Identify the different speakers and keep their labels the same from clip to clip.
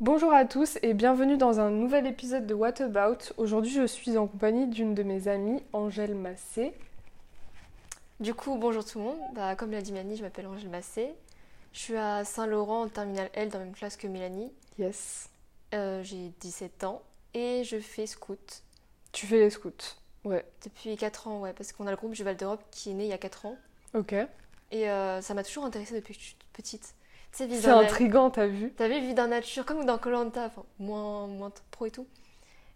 Speaker 1: Bonjour à tous et bienvenue dans un nouvel épisode de What About. Aujourd'hui, je suis en compagnie d'une de mes amies, Angèle Massé.
Speaker 2: Du coup, bonjour tout le monde. Bah, comme l'a dit Mélanie, je m'appelle Angèle Massé. Je suis à Saint-Laurent en terminale L dans la même classe que Mélanie.
Speaker 1: Yes.
Speaker 2: Euh, j'ai 17 ans et je fais scout
Speaker 1: Tu fais les scouts. Ouais.
Speaker 2: depuis 4 ans, ouais, parce qu'on a le groupe Cheval d'Europe qui est né il y a 4 ans.
Speaker 1: Ok.
Speaker 2: Et euh, ça m'a toujours intéressée depuis que je suis toute petite. Tu sais, vie
Speaker 1: C'est
Speaker 2: d'un na-
Speaker 1: intriguant, t'as vu
Speaker 2: T'as vu, vie d'un nature, comme dans Colanta, enfin, moins, moins t- pro et tout.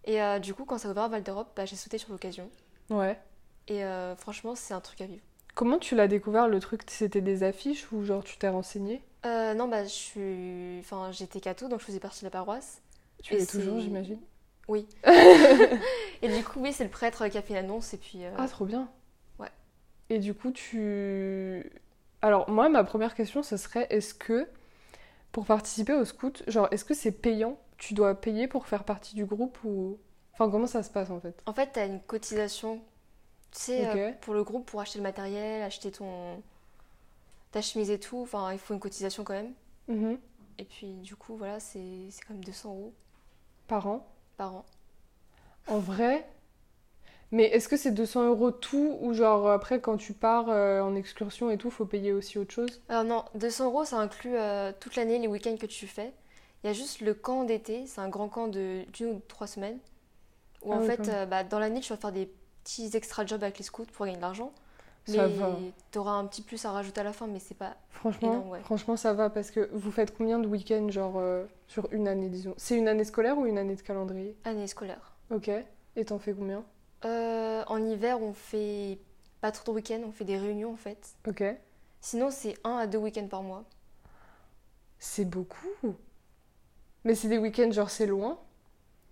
Speaker 2: Et euh, du coup, quand ça a ouvert à Val d'Europe, bah, j'ai sauté sur l'occasion.
Speaker 1: Ouais.
Speaker 2: Et euh, franchement, c'est un truc à vivre.
Speaker 1: Comment tu l'as découvert le truc C'était des affiches ou genre tu t'es renseigné
Speaker 2: Euh, non, bah, je suis... enfin, j'étais catho, donc je faisais partie de la paroisse.
Speaker 1: Tu
Speaker 2: Et
Speaker 1: l'es toujours,
Speaker 2: c'est-
Speaker 1: j'imagine.
Speaker 2: Oui. et du coup, oui, c'est le prêtre qui a fait l'annonce et puis. euh,
Speaker 1: Ah, trop bien.
Speaker 2: Ouais.
Speaker 1: Et du coup, tu. Alors, moi, ma première question, ce serait est-ce que pour participer au scout, genre, est-ce que c'est payant Tu dois payer pour faire partie du groupe ou. Enfin, comment ça se passe en fait
Speaker 2: En fait, t'as une cotisation, tu sais,
Speaker 1: Ok.
Speaker 2: euh, pour le groupe, pour acheter le matériel, acheter ton. ta chemise et tout. Enfin, il faut une cotisation quand même.
Speaker 1: Mhm.
Speaker 2: Et puis, du coup, voilà, c'est c'est quand même 200 euros
Speaker 1: Par an
Speaker 2: par an.
Speaker 1: En vrai Mais est-ce que c'est 200 euros tout ou genre après quand tu pars euh, en excursion et tout, faut payer aussi autre chose
Speaker 2: Alors, non, 200 euros, ça inclut euh, toute l'année, les week-ends que tu fais. Il y a juste le camp d'été, c'est un grand camp de d'une ou trois semaines, où
Speaker 1: Ah
Speaker 2: en
Speaker 1: oui, quand
Speaker 2: fait,
Speaker 1: même.
Speaker 2: euh, bah, dans l'année, tu vas faire des petits extra jobs avec les scouts pour gagner de l'argent.
Speaker 1: Ça
Speaker 2: mais
Speaker 1: va.
Speaker 2: t'auras un petit plus à rajouter à la fin, mais c'est pas.
Speaker 1: Franchement,
Speaker 2: non, ouais.
Speaker 1: franchement, ça va parce que vous faites combien de week-ends genre euh, sur une année disons C'est une année scolaire ou une année de calendrier
Speaker 2: Année scolaire.
Speaker 1: Ok. Et t'en fais combien
Speaker 2: Euh, en hiver, on fait pas trop de week-ends, on fait des réunions en fait.
Speaker 1: Ok.
Speaker 2: Sinon, c'est un à deux week-ends par mois.
Speaker 1: C'est beaucoup. Mais c'est des week-ends genre c'est loin.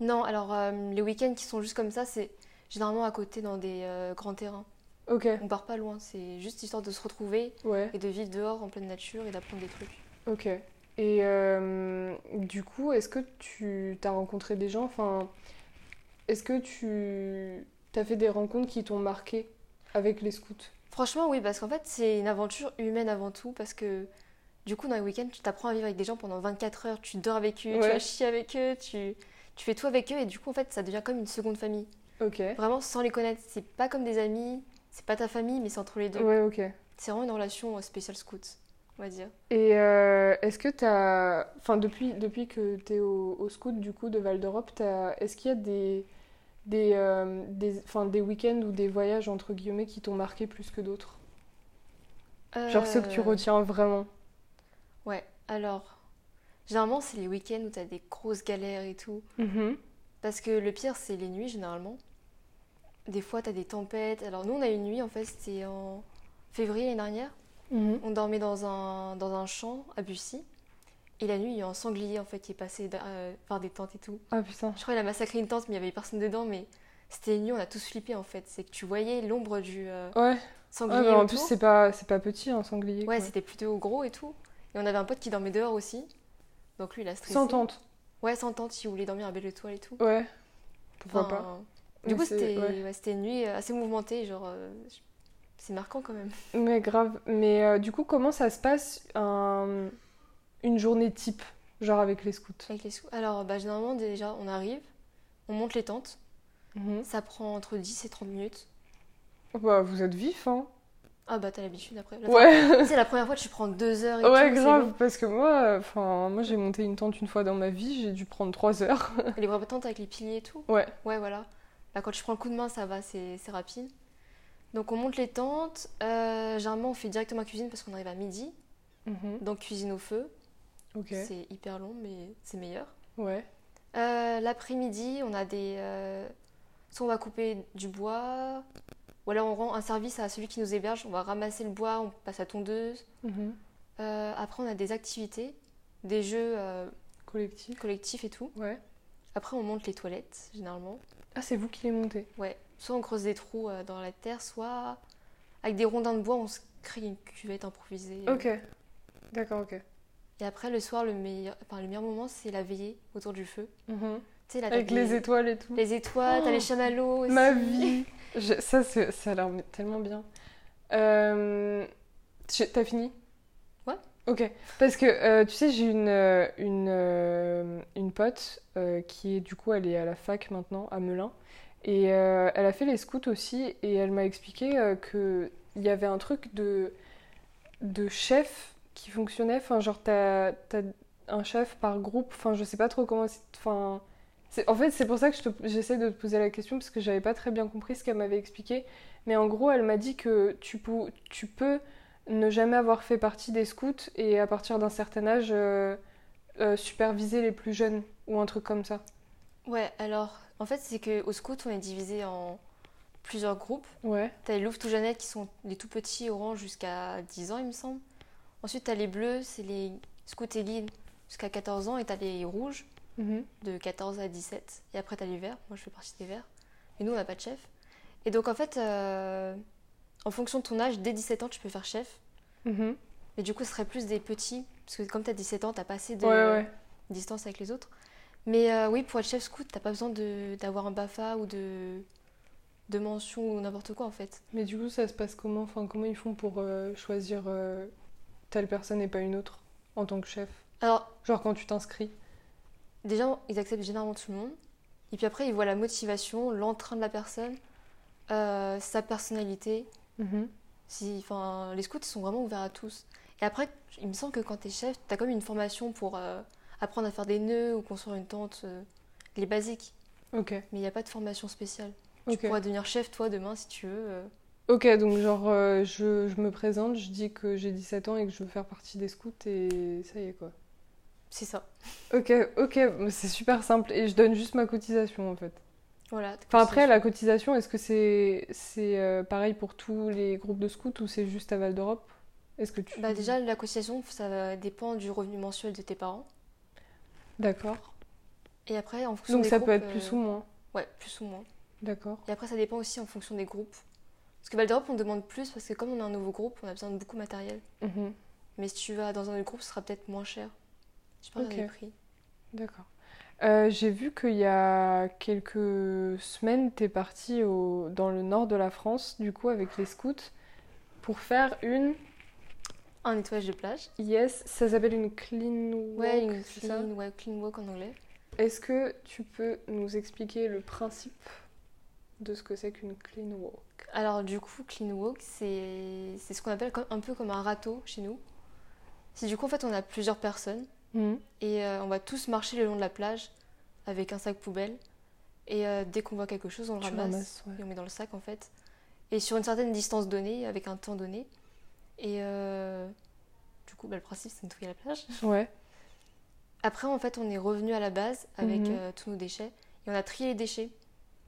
Speaker 2: Non, alors euh, les week-ends qui sont juste comme ça, c'est généralement à côté dans des euh, grands terrains.
Speaker 1: Ok.
Speaker 2: On part pas loin, c'est juste histoire de se retrouver
Speaker 1: Ouais.
Speaker 2: et de vivre dehors en pleine nature et d'apprendre des trucs.
Speaker 1: Ok. Et euh, du coup, est-ce que tu t'as rencontré des gens? Enfin, est-ce que tu t'as fait des rencontres qui t'ont marqué avec les scouts?
Speaker 2: Franchement, oui, parce qu'en fait, c'est une aventure humaine avant tout, parce que du coup, dans les week-ends, tu t'apprends à vivre avec des gens pendant 24 heures, tu dors avec eux, tu
Speaker 1: Ouais.
Speaker 2: vas chier avec eux, tu, tu fais tout avec eux, et du coup, en fait, ça devient comme une seconde famille.
Speaker 1: Ok.
Speaker 2: Vraiment, sans les connaître, c'est pas comme des amis, c'est pas ta famille, mais c'est entre les deux.
Speaker 1: Ouais, ok.
Speaker 2: C'est vraiment une relation euh, spéciale scout, on va dire.
Speaker 1: Et euh, est-ce que t'as, enfin depuis depuis que t'es au, au scout du coup de Val d'Europe, t'as, est-ce qu'il y a des des euh, des, enfin, des week-ends ou des voyages entre guillemets qui t'ont marqué plus que d'autres? Genre ceux que tu
Speaker 2: Euh,
Speaker 1: retiens vraiment.
Speaker 2: Ouais, alors, généralement, c'est les week-ends où t'as des grosses galères et tout.
Speaker 1: Mhm.
Speaker 2: Parce que le pire, c'est les nuits, généralement. Des fois, t'as des tempêtes. Alors, nous, on a eu une nuit, en fait, c'était en février l'année dernière.
Speaker 1: Mhm.
Speaker 2: On dormait dans un, dans un champ à Bussy. Et la nuit, il y a un sanglier en fait qui est passé euh, par des tentes et tout.
Speaker 1: Ah putain.
Speaker 2: Je crois qu'il a massacré une tente, mais il n'y avait personne dedans. Mais c'était une nuit, on a tous flippé en fait. C'est que tu voyais l'ombre du euh,
Speaker 1: Ouais.
Speaker 2: sanglier
Speaker 1: Ouais, mais en plus,
Speaker 2: autour.
Speaker 1: c'est pas, c'est pas petit, un sanglier.
Speaker 2: ouais,
Speaker 1: quoi.
Speaker 2: c'était plutôt gros et tout. Et on avait un pote qui dormait dehors aussi. Donc lui, il a stressé.
Speaker 1: Sans tente.
Speaker 2: Ouais, sans tente, il voulait dormir à belle étoile et tout.
Speaker 1: Ouais. Pourquoi
Speaker 2: Enfin,
Speaker 1: pas
Speaker 2: Du
Speaker 1: Mais
Speaker 2: coup,
Speaker 1: c'est-
Speaker 2: c'était
Speaker 1: ouais.
Speaker 2: ouais, c'était une nuit assez mouvementée. Genre, euh, je- c'est marquant quand même.
Speaker 1: Mais grave. Mais euh, du coup, comment ça se passe un- une journée type, genre avec les scouts
Speaker 2: Avec les sous. Alors, bah, généralement, déjà, on arrive, on monte les tentes.
Speaker 1: Mhm.
Speaker 2: Ça prend entre 10 et 30 minutes.
Speaker 1: Bah, vous êtes vif, hein
Speaker 2: Ah bah t'as l'habitude après. La-
Speaker 1: Ouais,
Speaker 2: Tu sais, la première fois tu prends deux heures et
Speaker 1: ouais,
Speaker 2: tout, c'est
Speaker 1: grave.
Speaker 2: long.
Speaker 1: Parce que moi, enfin, moi j'ai monté une tente une fois dans ma vie, j'ai dû prendre trois heures.
Speaker 2: Les vraies tentes avec les piliers et tout.
Speaker 1: Ouais.
Speaker 2: Ouais, voilà. Bah, quand tu prends le coup de main, ça va, c'est c'est rapide. Donc on monte les tentes. Euh, généralement, on fait directement la cuisine parce qu'on arrive à midi. Donc cuisine au feu.
Speaker 1: Ok.
Speaker 2: Mhm. C'est hyper long, mais c'est meilleur.
Speaker 1: Ouais.
Speaker 2: Euh, L'après-midi, on a des. euh, Soit on va couper du bois, ou alors on rend un service à celui qui nous héberge. On va ramasser le bois, on passe à tondeuse.
Speaker 1: Mhm.
Speaker 2: Euh, après, on a des activités, des jeux euh,
Speaker 1: Collectif.
Speaker 2: collectifs et tout.
Speaker 1: Ouais.
Speaker 2: Après, on monte les toilettes, généralement.
Speaker 1: Ah, c'est vous qui les montez.
Speaker 2: Ouais. Soit on creuse des trous euh, dans la terre, soit avec des rondins de bois, on se crée une cuvette improvisée. euh.
Speaker 1: Ok. D'accord, ok.
Speaker 2: Et après, le soir, le meilleur, enfin, le meilleur moment, c'est la veillée autour du feu.
Speaker 1: Mhm.
Speaker 2: Tu sais, là, t'as
Speaker 1: Avec
Speaker 2: des-
Speaker 1: les étoiles et tout.
Speaker 2: les étoiles, t'as
Speaker 1: Oh,
Speaker 2: les chamallows aussi.
Speaker 1: Ma vie. Je- ça, c'est- ça a l'air tellement bien. Euh, tu- T'as fini
Speaker 2: Ouais.
Speaker 1: Ok. Parce que, euh, tu sais, j'ai une, euh, une, euh, une une pote euh, qui est du coup, elle est à la fac maintenant, à Melun. Et euh, elle a fait les scouts aussi, et elle m'a expliqué euh, que qu'il y avait un truc de, de chef qui fonctionnait. Enfin, genre, t'as, t'as un chef par groupe. Enfin, je sais pas trop comment c'est. Enfin, c'est- en fait, c'est pour ça que je te- j'essaie de te poser la question, parce que j'avais pas très bien compris ce qu'elle m'avait expliqué. Mais en gros, elle m'a dit que tu, pou- tu peux ne jamais avoir fait partie des scouts, et à partir d'un certain âge, euh, euh, superviser les plus jeunes, ou un truc comme ça.
Speaker 2: Ouais, alors, en fait, c'est qu'au scout, on est divisé en plusieurs groupes.
Speaker 1: Ouais.
Speaker 2: T'as les louves tout jeunettes qui sont les tout petits orange jusqu'à 10 ans, il me semble. Ensuite, t'as les bleus, c'est les scouts et guides jusqu'à 14 ans. Et t'as les rouges
Speaker 1: Mhm.
Speaker 2: de 14 à 17. Et après, t'as les verts. Moi, je fais partie des verts. Mais nous, on n'a pas de chef. Et donc, en fait, euh, en fonction de ton âge, dès 17 ans, tu peux faire chef.
Speaker 1: Mhm.
Speaker 2: Mais du coup, ce serait plus des petits. Parce que comme t'as 17 ans, t'as pas assez de
Speaker 1: Ouais, ouais.
Speaker 2: distance avec les autres. Mais euh, oui, pour être chef scout, t'as pas besoin de- d'avoir un BAFA ou de, de mention ou n'importe quoi, en fait.
Speaker 1: Mais du coup, ça se passe comment Enfin, comment ils font pour euh, choisir euh, telle personne et pas une autre en tant que chef
Speaker 2: Alors,
Speaker 1: Genre quand tu t'inscris.
Speaker 2: Déjà, ils acceptent généralement tout le monde. Et puis après, ils voient la motivation, l'entrain de la personne, euh, sa personnalité.
Speaker 1: Mhm.
Speaker 2: Si, enfin, les scouts, ils sont vraiment ouverts à tous. Et après, il me semble que quand t'es chef, t'as comme une formation pour euh, apprendre à faire des nœuds ou construire une tente, euh, les basiques.
Speaker 1: Ok.
Speaker 2: Mais il n'y a pas de formation spéciale.
Speaker 1: Ok.
Speaker 2: Tu pourras devenir chef, toi, demain, si tu veux. euh.
Speaker 1: Ok, donc genre euh, je, je me présente, je dis que j'ai 17 ans et que je veux faire partie des scouts et ça y est quoi.
Speaker 2: c'est ça.
Speaker 1: Ok, ok, mais c'est super simple et je donne juste ma cotisation en fait.
Speaker 2: Voilà.
Speaker 1: Enfin après la cotisation, est-ce que c'est c'est euh, pareil pour tous les groupes de scouts ou c'est juste à Val d'Europe Est-ce que tu
Speaker 2: Bah, déjà, la cotisation, ça dépend du revenu mensuel de tes parents.
Speaker 1: D'accord.
Speaker 2: Et après, en fonction
Speaker 1: Donc
Speaker 2: des
Speaker 1: ça peut
Speaker 2: groupes,
Speaker 1: être plus ou
Speaker 2: euh,
Speaker 1: moins.
Speaker 2: Ouais, plus ou moins.
Speaker 1: D'accord.
Speaker 2: Et après, ça dépend aussi en fonction des groupes. Parce que Val d'Europe, on demande plus parce que comme on a un nouveau groupe, on a besoin de beaucoup de matériel.
Speaker 1: Mhm.
Speaker 2: Mais si tu vas dans un autre groupe, ce sera peut-être moins cher. Je parle
Speaker 1: Ok.
Speaker 2: des prix.
Speaker 1: D'accord. Euh, j'ai vu qu'il y a quelques semaines, t'es partie au... dans le nord de la France, du coup, avec les scouts, pour faire une.
Speaker 2: Un nettoyage de plage.
Speaker 1: Yes, ça s'appelle une clean walk,
Speaker 2: Ouais, une
Speaker 1: c'est ça
Speaker 2: clean, ouais, clean walk en anglais.
Speaker 1: Est-ce que tu peux nous expliquer le principe de ce que c'est qu'une clean walk
Speaker 2: Alors du coup, clean walk, c'est c'est ce qu'on appelle comme- un peu comme un râteau chez nous. C'est du coup, en fait, on a plusieurs personnes
Speaker 1: Hmm.
Speaker 2: et euh, on va tous marcher le long de la plage avec un sac poubelle. Et euh, dès qu'on voit quelque chose, on le
Speaker 1: Tu
Speaker 2: ramasse.
Speaker 1: ramasses, ouais.
Speaker 2: et on met dans le sac en fait. Et sur une certaine distance donnée, avec un temps donné. Et euh, du coup, bah, le principe, c'est de nettoyer la plage.
Speaker 1: Ouais.
Speaker 2: Après, en fait, on est revenu à la base avec
Speaker 1: Mhm.
Speaker 2: euh, tous nos déchets. Et on a trié les déchets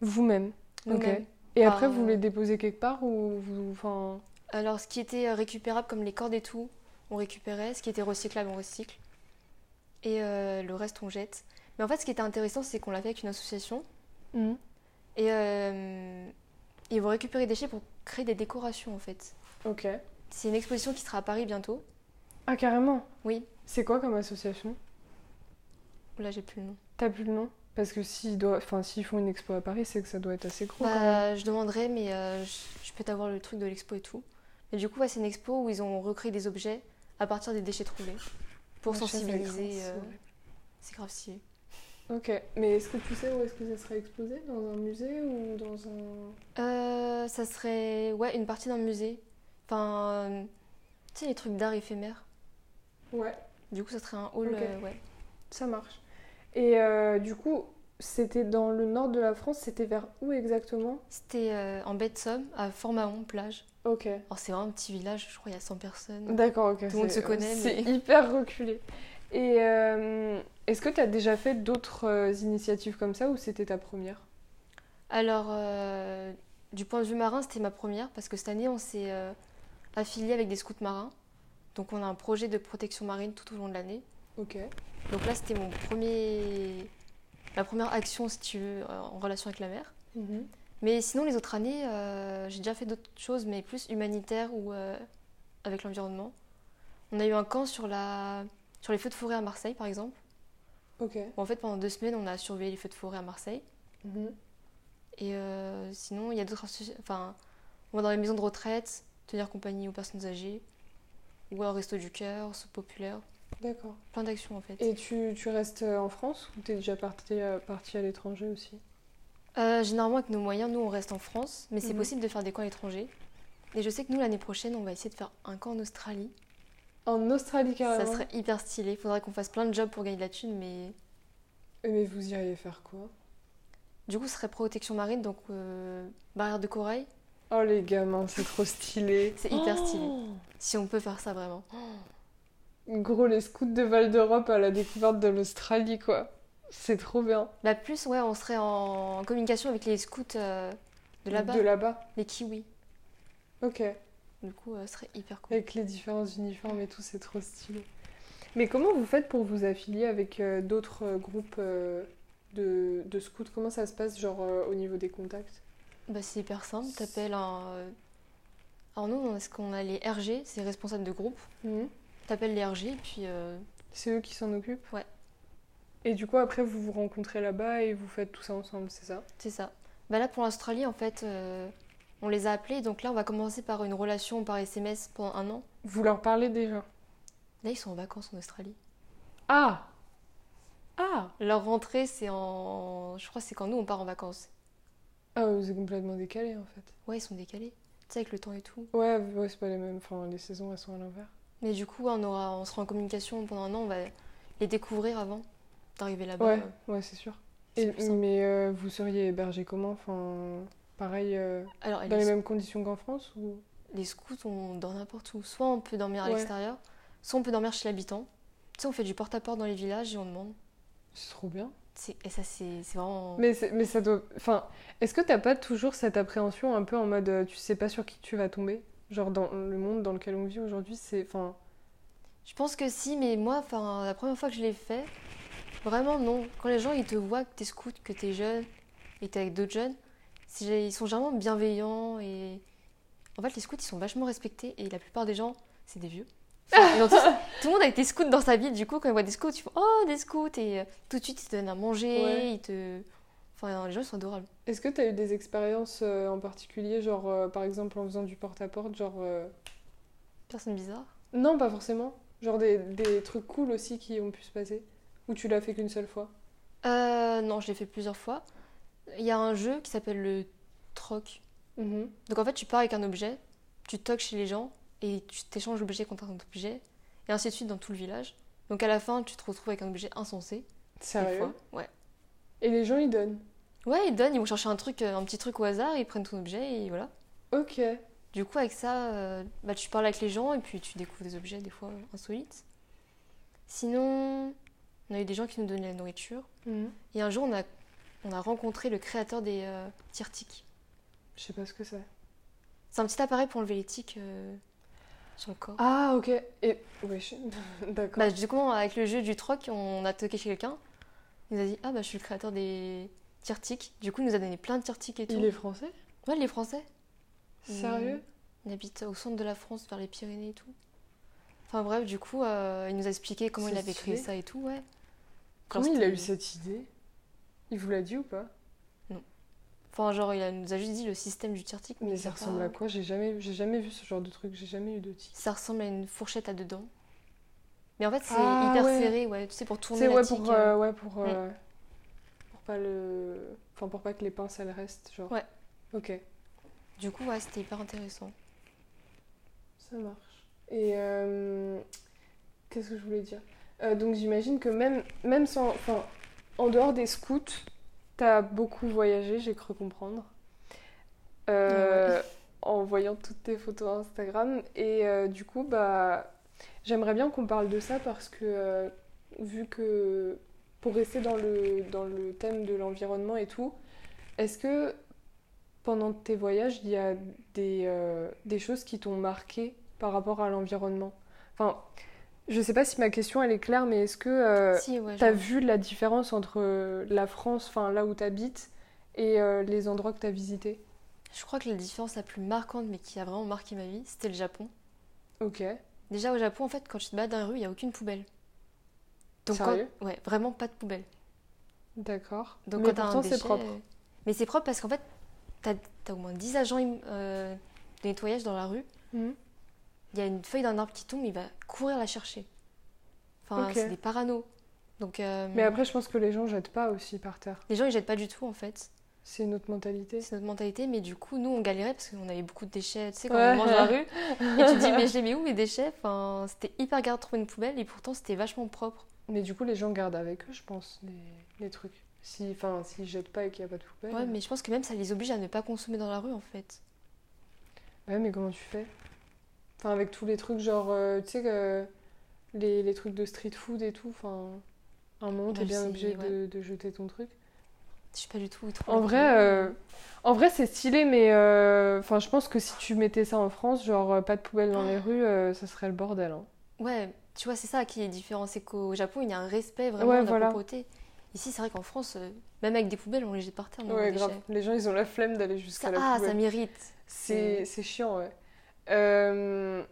Speaker 1: Vous-même.
Speaker 2: nous-mêmes.
Speaker 1: Ok. Et
Speaker 2: Par,
Speaker 1: après, vous
Speaker 2: euh,
Speaker 1: les déposez quelque part ou vous. Enfin.
Speaker 2: Alors, ce qui était euh, récupérable, comme les cordes et tout, on récupérait. Ce qui était recyclable, on recycle. Et euh, le reste, on jette. Mais en fait, ce qui était intéressant, c'est qu'on l'a fait avec une association.
Speaker 1: Mhm.
Speaker 2: Et euh, ils vont récupérer les déchets pour créer des décorations, en fait.
Speaker 1: Ok.
Speaker 2: C'est une exposition qui sera à Paris bientôt.
Speaker 1: Ah, carrément
Speaker 2: Oui.
Speaker 1: C'est quoi comme association
Speaker 2: Là, j'ai plus le nom.
Speaker 1: T'as plus le nom Parce que s'ils doivent... enfin, s'ils font une expo à Paris, c'est que ça doit être assez gros. quand même.
Speaker 2: Bah, je demanderai, mais euh, je, je peux t'avoir le truc de l'expo et tout. Mais du coup, ouais, c'est une expo où ils ont recréé des objets à partir des déchets trouvés pour
Speaker 1: La chaise avec
Speaker 2: sensibiliser.
Speaker 1: grand,
Speaker 2: euh,
Speaker 1: c'est horrible.
Speaker 2: c'est grave stylé.
Speaker 1: Ok, mais est-ce que tu sais où est-ce que ça serait exposé Dans un musée ou dans un...
Speaker 2: Euh, ça serait ouais, une partie d'un musée. Enfin, euh, tu sais, les trucs d'art éphémère.
Speaker 1: Ouais,
Speaker 2: Du coup, ça serait un hall.
Speaker 1: Ok.
Speaker 2: euh, ouais.
Speaker 1: ça marche. Et euh, du coup, c'était dans le nord de la France, c'était vers où exactement
Speaker 2: C'était euh, en baie de Somme, à Fort-Mahon, plage.
Speaker 1: Ok.
Speaker 2: Alors, c'est vraiment un petit village, je crois, il y a 100 personnes.
Speaker 1: D'accord, ok.
Speaker 2: Tout le monde
Speaker 1: c'est-
Speaker 2: se connaît,
Speaker 1: C'est
Speaker 2: mais-
Speaker 1: hyper reculé. Et euh, est-ce que t'as déjà fait d'autres euh, initiatives comme ça ou c'était ta première
Speaker 2: Alors, euh, du point de vue marin, c'était ma première parce que cette année, on s'est euh, affilié avec des scouts marins. Donc, on a un projet de protection marine tout au long de l'année.
Speaker 1: Ok.
Speaker 2: Donc là, c'était mon premier, ma première action, si tu veux, euh, en relation avec la mer.
Speaker 1: Mhm.
Speaker 2: Mais sinon, les autres années, euh, j'ai déjà fait d'autres choses, mais plus humanitaires ou euh, avec l'environnement. On a eu un camp sur la, sur les feux de forêt à Marseille, par exemple.
Speaker 1: Ok.
Speaker 2: Où, en fait, pendant deux semaines, on a surveillé les feux de forêt à Marseille.
Speaker 1: Mhm.
Speaker 2: Et euh, sinon, il y a d'autres associ- Enfin, on va dans les maisons de retraite, tenir compagnie aux personnes âgées, ou alors Resto du Cœur, Soupe Populaire.
Speaker 1: D'accord.
Speaker 2: Plein d'actions en fait.
Speaker 1: Et tu, tu restes euh, en France ou t'es déjà parti à, parti à l'étranger aussi
Speaker 2: Euh, généralement, avec nos moyens, nous on reste en France, mais c'est
Speaker 1: Mhm.
Speaker 2: possible de faire des camps à l'étranger. Et je sais que nous, l'année prochaine, on va essayer de faire un camp en Australie.
Speaker 1: En Australie carrément
Speaker 2: Ça serait hyper stylé. Faudrait qu'on fasse plein de jobs pour gagner de la thune, mais
Speaker 1: Euh, Mais vous iriez faire quoi
Speaker 2: du coup, ce serait protection marine, donc euh, barrière de corail.
Speaker 1: Oh les gamins, c'est trop stylé.
Speaker 2: C'est hyper
Speaker 1: Oh
Speaker 2: stylé. Si on peut faire ça vraiment.
Speaker 1: Gros, les scouts de Val d'Europe à la découverte de l'Australie, quoi. C'est trop bien.
Speaker 2: La Bah, plus, ouais, on serait en communication avec les scouts euh, de là-bas,
Speaker 1: De là-bas.
Speaker 2: les kiwis.
Speaker 1: Ok.
Speaker 2: Du coup, euh, ce serait hyper cool.
Speaker 1: Avec les différents uniformes et tout, c'est trop stylé. Mais comment vous faites pour vous affilier avec euh, d'autres euh, groupes euh, de, de scouts Comment ça se passe, genre euh, au niveau des contacts
Speaker 2: Bah, c'est hyper simple. T'appelles un. euh, Alors, nous, on a, ce qu'on a les RG, c'est responsable de groupe. T'appelles les RG, puis euh,
Speaker 1: C'est eux qui s'en occupent
Speaker 2: Ouais.
Speaker 1: Et du coup, après, vous vous rencontrez là-bas et vous faites tout ça ensemble, c'est ça
Speaker 2: c'est ça. Bah, là, pour l'Australie, en fait, euh, on les a appelés. Donc là, on va commencer par une relation par SMS pendant un an.
Speaker 1: Vous leur parlez déjà
Speaker 2: Là, ils sont en vacances en Australie.
Speaker 1: Ah Ah
Speaker 2: Leur rentrée, c'est en. Je crois que c'est quand nous, on part en vacances.
Speaker 1: Ah, vous êtes complètement décalé en fait.
Speaker 2: Ouais, ils sont décalés. Tu sais, avec le temps et tout.
Speaker 1: Ouais, ouais, c'est pas les mêmes. Enfin, les saisons, elles sont à l'envers.
Speaker 2: Mais du coup, on, aura, on sera en communication pendant un an, on va les découvrir avant d'arriver là-bas.
Speaker 1: Ouais, ouais, c'est sûr.
Speaker 2: Ah bah c'est
Speaker 1: Et-
Speaker 2: plus simple.
Speaker 1: mais euh, vous seriez hébergé comment Enfin, pareil, euh,
Speaker 2: Alors,
Speaker 1: dans les
Speaker 2: les,
Speaker 1: mêmes conditions qu'en France ou
Speaker 2: les scouts, on dort n'importe où. Soit on peut dormir à
Speaker 1: Ouais.
Speaker 2: l'extérieur, soit on peut dormir chez l'habitant. Tu sais, on fait du porte-à-porte dans les villages et on demande.
Speaker 1: C'est trop bien.
Speaker 2: C'est- Et ça, c'est c'est vraiment.
Speaker 1: Mais, c'est- mais ça doit. Enfin, est-ce que t'as pas toujours cette appréhension un peu en mode euh, tu sais pas sur qui tu vas tomber Genre dans le monde dans lequel on vit aujourd'hui, c'est. Enfin,
Speaker 2: Je pense que si, mais moi, enfin, la première fois que je l'ai fait, vraiment non. Quand les gens ils te voient que t'es scout, que t'es jeune et que t'es avec d'autres jeunes, c'est- ils sont généralement bienveillants et en fait les scouts ils sont vachement respectés et la plupart des gens c'est des vieux. Enfin, ils ont tous- tout le monde a été scout dans sa vie, du coup quand ils voient des scouts ils font oh des scouts et euh, tout de suite ils te donnent à manger,
Speaker 1: Ouais.
Speaker 2: ils te, enfin les gens ils sont adorables.
Speaker 1: est-ce que t'as eu des expériences euh, en particulier, genre euh, par exemple en faisant du porte-à-porte, genre. euh,
Speaker 2: Personne bizarre.
Speaker 1: Non, pas forcément. Genre des, des trucs cool aussi qui ont pu se passer. Ou tu l'as fait qu'une seule fois.
Speaker 2: Euh, non, je l'ai fait plusieurs fois. Il y a un jeu qui s'appelle le troc. Donc en fait, tu pars avec un objet, tu toques chez les gens et tu t'échanges l'objet contre un autre objet, et ainsi de suite dans tout le village. Donc à la fin, tu te retrouves avec un objet insensé. des
Speaker 1: Sérieux
Speaker 2: fois. Ouais.
Speaker 1: Et les gens, ils donnent.
Speaker 2: Ouais, ils donnent, ils vont chercher un truc, euh, un petit truc au hasard, ils prennent ton objet et voilà.
Speaker 1: Ok.
Speaker 2: Du coup, avec ça, euh, bah, tu parles avec les gens et puis tu découvres des objets des fois euh, insolites. Sinon, on a eu des gens qui nous donnaient la nourriture. Et un jour, on a, on a rencontré le créateur des euh, tirtiques.
Speaker 1: Je sais pas ce que c'est.
Speaker 2: C'est un petit appareil pour enlever les tiques euh, sur le corps.
Speaker 1: Ah, ok. Et. Wesh. D'accord.
Speaker 2: Bah, du coup, avec le jeu du troc, on a toqué chez quelqu'un. Il nous a dit Ah, bah, je suis le créateur des tirtiques. Du coup, il nous a donné plein de tirtiques et tout. Mhm.
Speaker 1: Il est français
Speaker 2: Ouais, il est français.
Speaker 1: Sérieux
Speaker 2: On habite au centre de la France, vers les Pyrénées et tout. Enfin, bref, du coup, euh, il nous a expliqué comment
Speaker 1: C'est
Speaker 2: il avait créé
Speaker 1: stylé.
Speaker 2: ça et tout, ouais.
Speaker 1: Comment
Speaker 2: Genre,
Speaker 1: il a eu
Speaker 2: c'était-
Speaker 1: cette idée Il vous l'a dit ou pas
Speaker 2: Enfin, genre, il a- nous a juste dit le système du tirtique.
Speaker 1: Mais
Speaker 2: c'est
Speaker 1: ça ressemble
Speaker 2: pas-
Speaker 1: à quoi J'ai jamais, j'ai jamais vu ce genre de truc, j'ai jamais eu de tic.
Speaker 2: Ça ressemble à une fourchette à dedans. Mais en fait, c'est
Speaker 1: Ah,
Speaker 2: hyper
Speaker 1: ouais.
Speaker 2: serré, ouais. Tu sais, pour tourner
Speaker 1: C'est
Speaker 2: la
Speaker 1: ouais
Speaker 2: tique,
Speaker 1: pour,
Speaker 2: euh,
Speaker 1: euh, ouais pour, euh, pour pas le, enfin pour pas que les pinces elles restent genre.
Speaker 2: Ouais.
Speaker 1: Ok,
Speaker 2: Du coup, ouais, c'était hyper intéressant.
Speaker 1: ça marche. Et euh, qu'est-ce que je voulais dire Euh, Donc j'imagine que même, même sans, enfin, en dehors des scouts, t'as beaucoup voyagé, j'ai cru comprendre. Euh, En voyant toutes tes photos Instagram. Et euh, du coup, bah, j'aimerais bien qu'on parle de ça parce que, euh, vu que pour rester dans le, dans le thème de l'environnement et tout, est-ce que pendant tes voyages, il y a des, euh, des choses qui t'ont marqué par rapport à l'environnement? Enfin, je sais pas si ma question elle est claire, mais est-ce que euh,
Speaker 2: si, ouais.
Speaker 1: T'as
Speaker 2: genre-
Speaker 1: vu la différence entre euh, la France, enfin là où t'habites, et euh, les endroits que t'as visités?
Speaker 2: Je crois que la différence la plus marquante, mais qui a vraiment marqué ma vie, c'était le Japon.
Speaker 1: Ok.
Speaker 2: Déjà au Japon, en fait, quand tu te balades dans la rue, il n'y a aucune poubelle. quand-
Speaker 1: Sérieux
Speaker 2: Ouais, vraiment pas de poubelle.
Speaker 1: D'accord.
Speaker 2: Donc
Speaker 1: Mais
Speaker 2: quand t'as un
Speaker 1: pourtant
Speaker 2: déchet,
Speaker 1: c'est propre.
Speaker 2: euh, Mais c'est propre parce qu'en fait, t'as as au moins 10 agents im- euh, de nettoyage dans la rue.
Speaker 1: Mhm.
Speaker 2: Il y a une feuille d'un arbre qui tombe, il va courir la chercher. Enfin,
Speaker 1: Ok.
Speaker 2: c'est des paranos. Donc, euh,
Speaker 1: Mais après, je pense que les gens jettent pas aussi par terre.
Speaker 2: les gens, ils jettent pas du tout, en fait.
Speaker 1: C'est une autre mentalité.
Speaker 2: C'est notre mentalité. Mais du coup, nous, on galérait parce qu'on avait beaucoup de déchets. Tu sais, quand
Speaker 1: Ouais.
Speaker 2: on mange dans la rue, et tu te dis, mais je les mets où, mes déchets enfin, C'était hyper garde de trouver une poubelle et pourtant, c'était vachement propre.
Speaker 1: Mais du coup, les gens gardent avec eux, je pense, les, les trucs. Si, enfin, s'ils jettent pas et qu'il n'y a pas de poubelle.
Speaker 2: Ouais, mais je pense que même ça les oblige à ne pas consommer dans la rue, en fait.
Speaker 1: Ouais, mais comment tu fais Enfin, avec tous les trucs, genre, euh, tu sais, que les, les trucs de street food et tout, enfin, à un moment,
Speaker 2: Bah,
Speaker 1: t'es bien
Speaker 2: c'est-
Speaker 1: obligé
Speaker 2: ouais.
Speaker 1: de, de jeter ton truc.
Speaker 2: Je sais pas du tout où trouver
Speaker 1: En
Speaker 2: une
Speaker 1: vrai,
Speaker 2: poubelle.
Speaker 1: euh, en vrai, c'est stylé, mais euh, enfin, je pense que si tu mettais ça en France, genre, euh, pas de poubelle dans les rues, euh, ça serait le bordel. hein.
Speaker 2: Ouais, tu vois, c'est ça qui est différent. C'est qu'au Japon, il y a un respect vraiment
Speaker 1: Ouais,
Speaker 2: de la
Speaker 1: voilà.
Speaker 2: propreté. Ici, c'est vrai qu'en France, euh, même avec des poubelles, on les jette par terre. dans
Speaker 1: Ouais,
Speaker 2: les
Speaker 1: grave.
Speaker 2: déchets.
Speaker 1: Les gens, ils ont la flemme d'aller
Speaker 2: Ça-
Speaker 1: jusqu'à la
Speaker 2: ah, ça
Speaker 1: poubelle.
Speaker 2: m'irrite.
Speaker 1: C'est c'est chiant, ouais. Euh,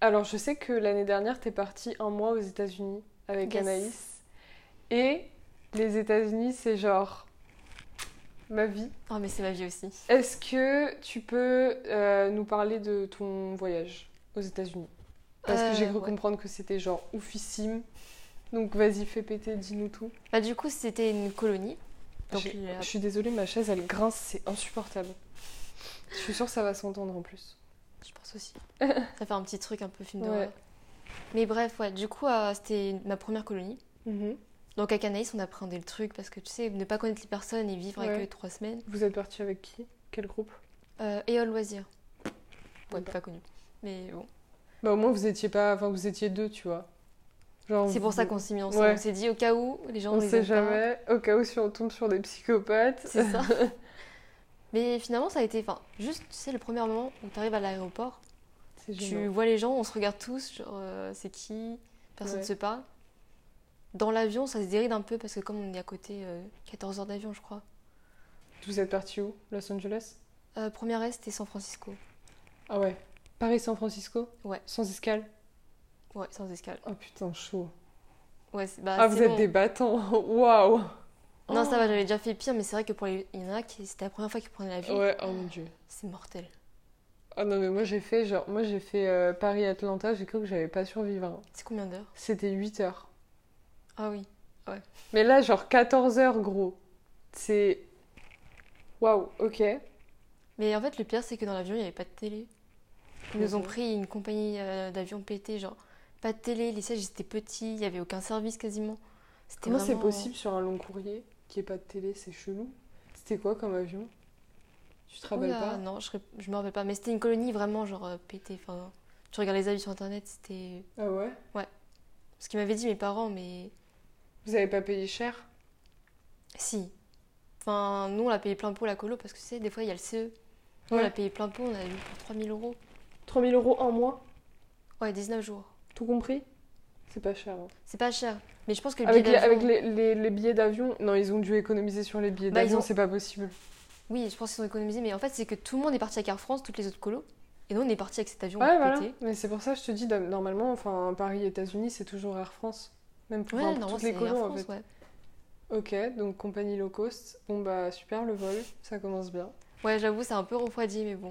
Speaker 1: Alors, je sais que l'année dernière, t'es partie un mois aux États-Unis avec
Speaker 2: Yes.
Speaker 1: Anaïs. Et les États-Unis, c'est genre ma vie.
Speaker 2: Oh, mais c'est ma vie aussi.
Speaker 1: Est-ce que tu peux euh, nous parler de ton voyage aux États-Unis? Parce que j'ai
Speaker 2: Euh,
Speaker 1: cru
Speaker 2: ouais.
Speaker 1: comprendre que c'était genre oufissime. Donc, vas-y, fais péter, dis-nous tout.
Speaker 2: Bah, du coup, c'était une colonie. Donc,
Speaker 1: J'ai-
Speaker 2: la-
Speaker 1: Je suis désolée, ma chaise, elle grince, c'est insupportable. Je suis sûre que ça va s'entendre en plus.
Speaker 2: je pense aussi. ça fait un petit truc un peu film d'horreur.
Speaker 1: Ouais.
Speaker 2: Mais bref, ouais, du coup, euh, c'était ma première colonie. Mm-hmm. Donc, avec Anaïs, on appréhendait le truc parce que tu sais, ne pas connaître les personnes et vivre
Speaker 1: Ouais.
Speaker 2: avec eux trois semaines.
Speaker 1: Vous êtes parti avec qui? Quel groupe?
Speaker 2: Euh, et au loisir. Bon,
Speaker 1: D'accord.
Speaker 2: pas connu. Mais bon.
Speaker 1: Bah au moins vous étiez pas, enfin vous étiez deux, tu vois. Genre
Speaker 2: C'est pour ça qu'on s'est mis ensemble.
Speaker 1: Ouais.
Speaker 2: On s'est dit, au cas où, les gens
Speaker 1: on
Speaker 2: les
Speaker 1: sait
Speaker 2: aiment pas.
Speaker 1: jamais. Au cas où si on tombe sur des psychopathes.
Speaker 2: C'est ça. Mais finalement, ça a été. Enfin, juste, tu sais, le premier moment où tu arrives à l'aéroport,
Speaker 1: C'est
Speaker 2: tu
Speaker 1: gênant.
Speaker 2: vois les gens, on se regarde tous, genre, euh, c'est qui Personne ne
Speaker 1: Ouais.
Speaker 2: se parle. Dans l'avion, ça se déride un peu parce que, comme on est à côté, euh, 14 heures d'avion, je crois.
Speaker 1: Vous êtes parti où? Los Angeles?
Speaker 2: Euh, première est, c'était San Francisco.
Speaker 1: Ah ouais. Paris, San Francisco?
Speaker 2: Ouais.
Speaker 1: Sans escale?
Speaker 2: Ouais, sans escale.
Speaker 1: Oh putain, chaud.
Speaker 2: Ouais, c'est- bah,
Speaker 1: Ah,
Speaker 2: c'est
Speaker 1: vous êtes
Speaker 2: bon.
Speaker 1: des Oh. battants. Waouh.
Speaker 2: Non, ça va, j'avais déjà fait pire, mais c'est vrai que pour les. Il y en a qui. C'était la première fois qu'ils prenaient l'avion.
Speaker 1: Ouais, oh mon dieu.
Speaker 2: C'est mortel.
Speaker 1: Ah non mais moi j'ai fait genre moi j'ai fait euh, Paris Atlanta, j'ai cru que j'allais pas survivre. hein.
Speaker 2: C'est combien d'heures
Speaker 1: C'était 8 heures.
Speaker 2: Ah oui.
Speaker 1: Mais là genre 14 heures gros. C'est waouh, OK.
Speaker 2: Mais en fait, le pire, c'est que dans l'avion, il n'y avait pas de télé. Ils nous ont pris une compagnie euh, d'avions pété, genre pas de télé, les sièges étaient petits, il n'y avait aucun service quasiment. C'était
Speaker 1: Comment c'est
Speaker 2: vraiment- euh,
Speaker 1: possible sur un long courrier qu'il n'y ait pas de télé C'est chelou. C'était quoi comme avion Tu te rappelles
Speaker 2: Oula,
Speaker 1: pas
Speaker 2: Non, je ne me rappelle pas, mais c'était une colonie vraiment genre euh, pété. Enfin, tu regardes les avis sur internet, c'était
Speaker 1: Ah ouais
Speaker 2: ce qu'ils m'avaient dit mes parents, mais
Speaker 1: Vous avez pas payé cher
Speaker 2: si. Enfin, nous, on l'a payé plein pot la colo parce que tu sais, des fois, il y a le CE. Nous, on
Speaker 1: Ouais.
Speaker 2: l'a payé plein pot, on a eu pour 3000 euros.
Speaker 1: 3000 euros en mois,
Speaker 2: Ouais, 19 jours.
Speaker 1: tout compris C'est pas cher. hein.
Speaker 2: C'est pas cher, mais je pense que le
Speaker 1: Avec, les,
Speaker 2: billet d'avion-
Speaker 1: avec les, les- les billets d'avion, non, ils ont dû économiser sur les billets
Speaker 2: Bah, ils
Speaker 1: d'avion,
Speaker 2: ont-
Speaker 1: c'est pas possible.
Speaker 2: Oui, je pense qu'ils ont économisé, mais en fait, c'est que tout le monde est parti à Air France, toutes les autres colos. Et nous, on est parti avec cet avion
Speaker 1: Ouais, voilà.
Speaker 2: pété.
Speaker 1: Mais c'est pour ça que je te dis, normalement, enfin, Paris-États-Unis, c'est toujours Air France. Même pour,
Speaker 2: Ouais,
Speaker 1: enfin, pour
Speaker 2: normalement,
Speaker 1: toutes
Speaker 2: c'est
Speaker 1: les
Speaker 2: Air
Speaker 1: colons, en
Speaker 2: France,
Speaker 1: fait.
Speaker 2: ouais.
Speaker 1: Ok, donc compagnie low cost. Bon, bah, super le vol, ça commence bien.
Speaker 2: Ouais, j'avoue, c'est un peu refroidi, mais bon.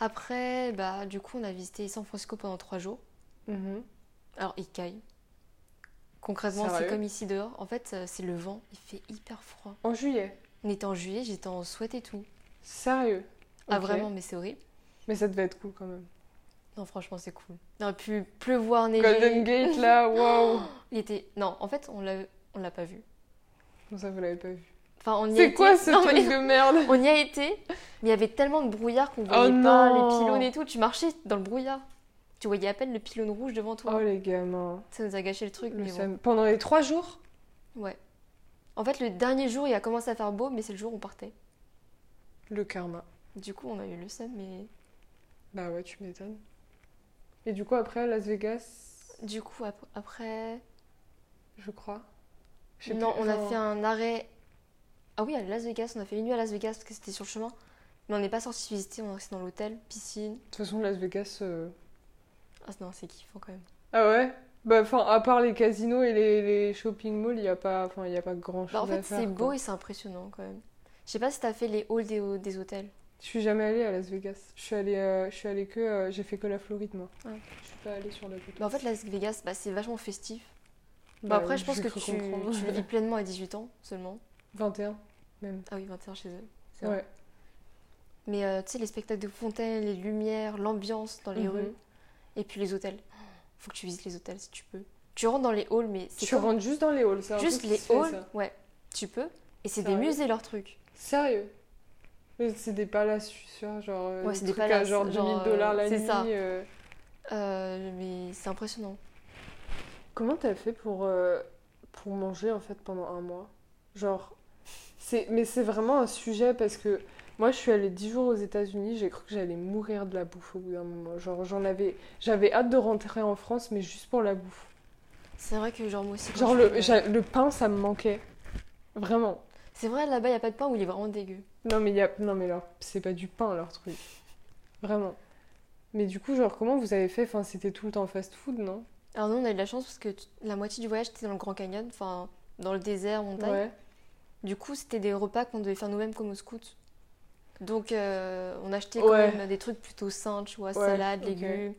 Speaker 2: Après, bah, du coup, on a visité San Francisco pendant trois jours.
Speaker 1: Mhm.
Speaker 2: Alors, il caille. Concrètement, c'est
Speaker 1: Sérieux
Speaker 2: comme ici dehors. En fait, euh, c'est le vent, il fait hyper froid.
Speaker 1: En juillet,
Speaker 2: On était en juillet, j'étais en sweat et tout.
Speaker 1: sérieux
Speaker 2: Ah,
Speaker 1: Ok.
Speaker 2: vraiment, mais c'est horrible.
Speaker 1: Mais ça devait être cool quand même.
Speaker 2: Non, franchement, c'est cool. On aurait pu pleuvoir, neiger.
Speaker 1: Golden Gate là, waouh
Speaker 2: Il était. Non, en fait, on l'a, on l'a pas vu.
Speaker 1: Comment ça, vous l'avez pas vu
Speaker 2: Enfin, on y a
Speaker 1: C'est
Speaker 2: été-
Speaker 1: quoi ce
Speaker 2: Non,
Speaker 1: truc
Speaker 2: mais-
Speaker 1: de merde
Speaker 2: On y a été, mais il y avait tellement de brouillard qu'on voyait
Speaker 1: Oh
Speaker 2: pas
Speaker 1: non.
Speaker 2: les pylônes et tout. Tu marchais dans le brouillard. Tu voyais à peine le pylône rouge devant toi.
Speaker 1: Oh les gamins.
Speaker 2: Ça nous a gâché le truc.
Speaker 1: Le
Speaker 2: mais bon.
Speaker 1: sam- Pendant les trois jours
Speaker 2: Ouais. En fait, le dernier jour, il a commencé à faire beau, mais c'est le jour où on partait.
Speaker 1: Le karma.
Speaker 2: Du coup, on a eu le seum, mais
Speaker 1: Bah ouais, tu m'étonnes. Et du coup, après, Las Vegas,
Speaker 2: du coup, ap- après.
Speaker 1: je crois. Je sais
Speaker 2: Non,
Speaker 1: plus,
Speaker 2: on a
Speaker 1: enfin,
Speaker 2: fait un arrêt. Ah oui, à Las Vegas, on a fait une nuit à Las Vegas parce que c'était sur le chemin. Mais on n'est pas sorti visiter, on est resté dans l'hôtel, piscine.
Speaker 1: De toute façon, Las Vegas. euh,
Speaker 2: Ah non, c'est kiffant quand même.
Speaker 1: Ah ouais Bah, enfin, à part les casinos et les, les shopping malls, il n'y a pas, enfin, y a pas grand chose.
Speaker 2: Bah, en
Speaker 1: à
Speaker 2: fait,
Speaker 1: faire,
Speaker 2: c'est
Speaker 1: quoi.
Speaker 2: beau et c'est impressionnant quand même. Je sais pas si t'as fait les halls des, des hôtels.
Speaker 1: Je suis jamais allée à Las Vegas. Je suis allée, euh, je suis allée que. euh, J'ai fait que la Floride, moi.
Speaker 2: Ouais.
Speaker 1: Je suis pas allée sur la côte.
Speaker 2: Bah, en fait, Las Vegas, bah, c'est vachement festif. Bah, après, je pense que tu, tu le vis pleinement à 18 ans seulement.
Speaker 1: 21, même.
Speaker 2: Ah oui, 21 chez eux. c'est vrai.
Speaker 1: Ouais.
Speaker 2: Mais euh, tu sais, les spectacles de fontaines, les lumières, l'ambiance dans les
Speaker 1: Mhm.
Speaker 2: rues. Et puis les hôtels. Faut que tu visites les hôtels si tu peux. Tu rentres dans les halls, mais c'est
Speaker 1: Tu
Speaker 2: comme-
Speaker 1: rentres juste dans les halls, c'est un
Speaker 2: juste
Speaker 1: truc qui
Speaker 2: les
Speaker 1: se fait,
Speaker 2: halls.
Speaker 1: ça.
Speaker 2: ouais, tu peux. Et c'est des
Speaker 1: Sérieux
Speaker 2: musées leur truc.
Speaker 1: Sérieux Mais C'est des palaces, je suis sûre, genre euh,
Speaker 2: Ouais,
Speaker 1: des
Speaker 2: c'est des
Speaker 1: trucs à
Speaker 2: palaces,
Speaker 1: genre 2000
Speaker 2: genre, euh,
Speaker 1: dollars la
Speaker 2: c'est
Speaker 1: nuit.
Speaker 2: ça.
Speaker 1: euh.
Speaker 2: Euh, mais c'est impressionnant.
Speaker 1: Comment t'as fait pour, euh, pour manger en fait pendant un mois Genre, c'est mais c'est vraiment un sujet parce que moi je suis allée 10 jours aux États-Unis, j'ai cru que j'allais mourir de la bouffe au bout d'un moment. Genre, j'en avais, j'avais hâte de rentrer en France, mais juste pour la bouffe.
Speaker 2: C'est vrai que genre moi aussi. quand
Speaker 1: Genre,
Speaker 2: je
Speaker 1: le,
Speaker 2: fais-
Speaker 1: j'a- le pain ça me manquait. Vraiment.
Speaker 2: C'est vrai là-bas, il y a pas de pain où il est vraiment dégueu.
Speaker 1: Non mais, y a... non, mais leur... c'est pas du pain leur truc. Vraiment. Mais du coup, genre, comment vous avez fait Enfin, c'était tout le temps fast food, non
Speaker 2: Alors nous, on a eu de la chance parce que t- la moitié du voyage c'était dans le Grand Canyon, enfin dans le désert, montagne.
Speaker 1: Ouais.
Speaker 2: Du coup, c'était des repas qu'on devait faire nous-mêmes comme au scout. Donc euh, on achetait quand
Speaker 1: Ouais.
Speaker 2: même des trucs plutôt sains, tu vois,
Speaker 1: Ouais,
Speaker 2: salade,
Speaker 1: ok.
Speaker 2: légumes.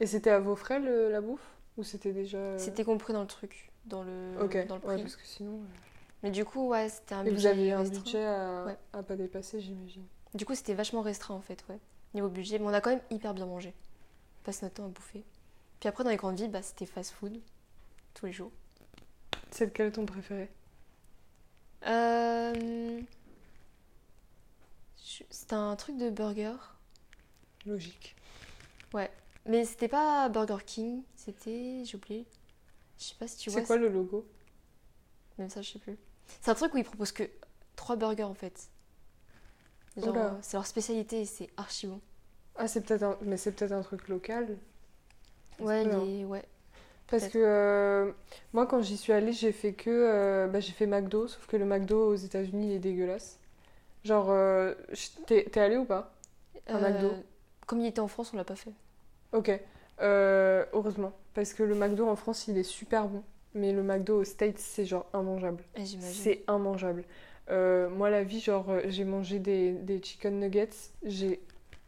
Speaker 1: Et c'était à vos frais le- la bouffe Ou c'était déjà.
Speaker 2: C'était compris dans le truc, dans le,
Speaker 1: Euh. Ok,
Speaker 2: dans le
Speaker 1: ouais,
Speaker 2: prix.
Speaker 1: parce que sinon. euh,
Speaker 2: Mais du coup, ouais, c'était un
Speaker 1: Et
Speaker 2: budget.
Speaker 1: vous aviez un
Speaker 2: restreint.
Speaker 1: budget à,
Speaker 2: Ouais.
Speaker 1: à pas dépasser, j'imagine.
Speaker 2: Du coup, c'était vachement restreint en fait, ouais. Niveau budget, mais on a quand même hyper bien mangé. On passe notre temps à bouffer. Puis après, dans les grandes villes, bah, c'était fast food tous les jours.
Speaker 1: C'est lequel ton préféré
Speaker 2: Euh... je- C'était un truc de burger,
Speaker 1: Logique.
Speaker 2: mais c'était pas Burger King, c'était. J'ai oublié. Je sais pas si tu vois.
Speaker 1: C'est quoi le logo
Speaker 2: Même ça, je sais plus. C'est un truc où ils proposent que trois burgers en fait. Genre,
Speaker 1: Oula.
Speaker 2: euh, c'est leur spécialité et c'est archi bon.
Speaker 1: Ah, c'est peut-être un... Mais c'est peut-être un truc local. Ça se
Speaker 2: Ouais,
Speaker 1: peut, hein.
Speaker 2: les- ouais.
Speaker 1: Parce
Speaker 2: Peut-être.
Speaker 1: que euh, moi, quand j'y suis allée, j'ai fait que. euh, bah, j'ai fait McDo, sauf que le McDo aux États-Unis, il est dégueulasse. Genre, euh, je- t'es t'es allée ou pas Un McDo.
Speaker 2: Euh, Comme il était en France, on l'a pas fait.
Speaker 1: Ok. Euh, heureusement. Parce que le McDo en France, il est super bon. Mais le McDo aux States, c'est genre immangeable.
Speaker 2: Eh, J'imagine.
Speaker 1: C'est immangeable. Euh, moi, la vie, genre, euh, j'ai mangé des, des chicken nuggets, j'ai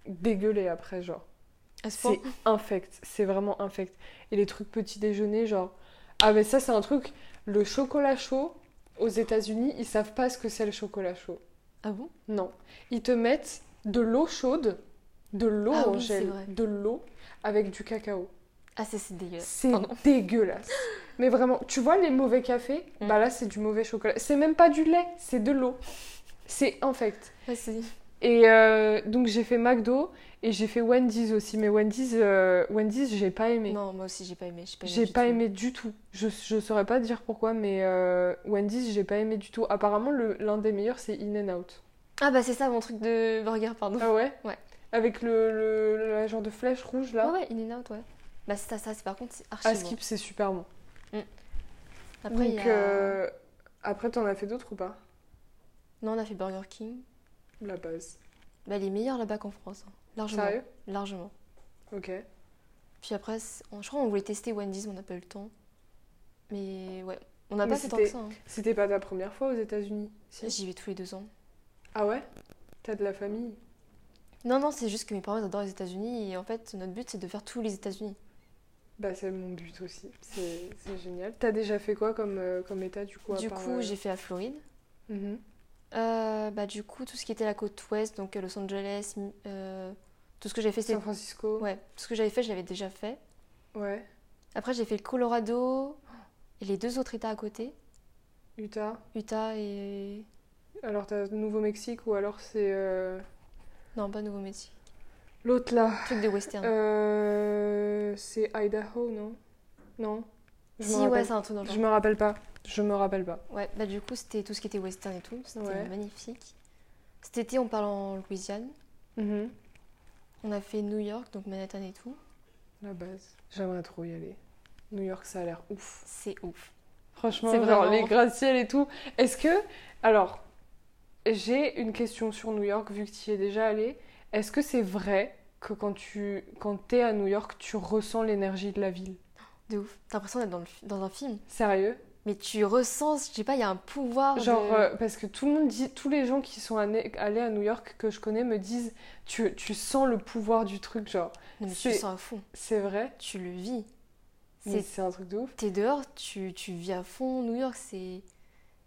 Speaker 1: dégueulé après, genre.
Speaker 2: À ce point.
Speaker 1: C'est infect, c'est vraiment infect. Et les trucs petit déjeuner, genre. Ah, mais ça, c'est un truc. Le chocolat chaud, aux États-Unis, ils savent pas ce que c'est le chocolat chaud.
Speaker 2: Ah bon
Speaker 1: Non. Ils te mettent de l'eau chaude, de l'eau,
Speaker 2: Ah oui,
Speaker 1: Angèle,
Speaker 2: c'est vrai.
Speaker 1: de l'eau, avec du cacao.
Speaker 2: Ah, c'est c'est dégueulasse.
Speaker 1: C'est
Speaker 2: Pardon.
Speaker 1: dégueulasse. Mais vraiment, tu vois les mauvais cafés
Speaker 2: Mm.
Speaker 1: Bah là, c'est du mauvais chocolat. C'est même pas du lait, c'est de l'eau. C'est infect.
Speaker 2: Ouais, c'est-
Speaker 1: Et euh, donc j'ai fait McDo et j'ai fait Wendy's aussi. Mais Wendy's, euh, Wendy's j'ai pas aimé.
Speaker 2: Non, moi aussi, j'ai pas aimé. J'ai pas aimé.
Speaker 1: J'ai
Speaker 2: du
Speaker 1: pas
Speaker 2: tout.
Speaker 1: aimé du tout. Je, je saurais pas dire pourquoi, mais euh, Wendy's, j'ai pas aimé du tout. Apparemment, le- l'un des meilleurs, c'est In and Out.
Speaker 2: Ah, bah, c'est ça mon truc de burger, pardon.
Speaker 1: Ah ouais
Speaker 2: Ouais.
Speaker 1: Avec le, le- la genre de flèche rouge là.
Speaker 2: ouais, ouais, in and out, ouais. Bah, c'est ça, ça, c'est par contre, c'est archi.
Speaker 1: à
Speaker 2: bon.
Speaker 1: skip, c'est super bon.
Speaker 2: Après, il
Speaker 1: Ah, donc,
Speaker 2: y a.
Speaker 1: euh, après, t'en as fait d'autres ou pas
Speaker 2: Non, on a fait Burger King.
Speaker 1: La base.
Speaker 2: Bah, les meilleurs là-bas qu'en France. hein. Largement.
Speaker 1: Sérieux
Speaker 2: Largement.
Speaker 1: Ok.
Speaker 2: Puis après, c'est- on- je crois qu'on voulait tester Wendy's, mais on n'a pas eu le temps. Mais ouais, on n'a
Speaker 1: Mais
Speaker 2: pas fait tant que
Speaker 1: c'était-
Speaker 2: ça. hein.
Speaker 1: C'était pas ta première fois aux États-Unis si
Speaker 2: J'y vais tous les deux ans.
Speaker 1: Ah ouais T'as de la famille
Speaker 2: Non, non, c'est juste que mes parents ils adorent les États-Unis et en fait, notre but c'est de faire tous les États-Unis.
Speaker 1: Bah, c'est mon but aussi. C'est c'est génial. T'as déjà fait quoi comme, euh, comme état du coup à
Speaker 2: Du
Speaker 1: part,
Speaker 2: coup,
Speaker 1: euh,
Speaker 2: j'ai fait la Floride.
Speaker 1: mhm.
Speaker 2: Euh, bah, du coup, tout ce qui était la côte ouest, donc euh, Los Angeles, mi- euh, tout ce que j'avais fait,
Speaker 1: San
Speaker 2: c'était.
Speaker 1: Francisco
Speaker 2: Ouais, tout ce que j'avais fait, je l'avais déjà fait.
Speaker 1: Ouais.
Speaker 2: Après, j'ai fait le Colorado et les deux autres États à côté,
Speaker 1: Utah
Speaker 2: Utah et.
Speaker 1: Alors, t'as Nouveau-Mexique ou alors c'est. euh,
Speaker 2: Non, pas Nouveau-Mexique.
Speaker 1: L'autre là.
Speaker 2: Truc de western.
Speaker 1: Euh, C'est Idaho, non Non Je me
Speaker 2: si, ouais,
Speaker 1: rappelle-
Speaker 2: c'est un truc dans le genre.
Speaker 1: Je me rappelle pas. Je me rappelle pas.
Speaker 2: Ouais, bah du coup, c'était tout ce qui était western et tout. C'était
Speaker 1: Ouais.
Speaker 2: magnifique. Cet été, on part en Louisiane.
Speaker 1: Mhm.
Speaker 2: On a fait New York, donc Manhattan et tout.
Speaker 1: La base. J'aimerais trop y aller. New York, ça a l'air ouf.
Speaker 2: C'est ouf.
Speaker 1: Franchement,
Speaker 2: C'est
Speaker 1: genre,
Speaker 2: vraiment-
Speaker 1: les gratte-ciels et tout. Est-ce que. Alors, j'ai une question sur New York, vu que tu y es déjà allé. Est-ce que c'est vrai que quand tu quand t'es à New York, tu ressens l'énergie de la ville
Speaker 2: De ouf. T'as l'impression d'être dans, le fi- dans un film.
Speaker 1: Sérieux
Speaker 2: Mais tu ressens, je sais pas, il y a un pouvoir. de-
Speaker 1: Genre, euh, parce que tout le monde dit, tous les gens qui sont allés allés à New York que je connais me disent, tu, tu sens le pouvoir du truc, genre,
Speaker 2: Non, mais tu
Speaker 1: c'est-
Speaker 2: le sens à fond.
Speaker 1: c'est vrai
Speaker 2: Tu le vis.
Speaker 1: Mais
Speaker 2: C'est-
Speaker 1: C'est un truc de ouf.
Speaker 2: T'es dehors, tu, tu vis à fond. New York, c'est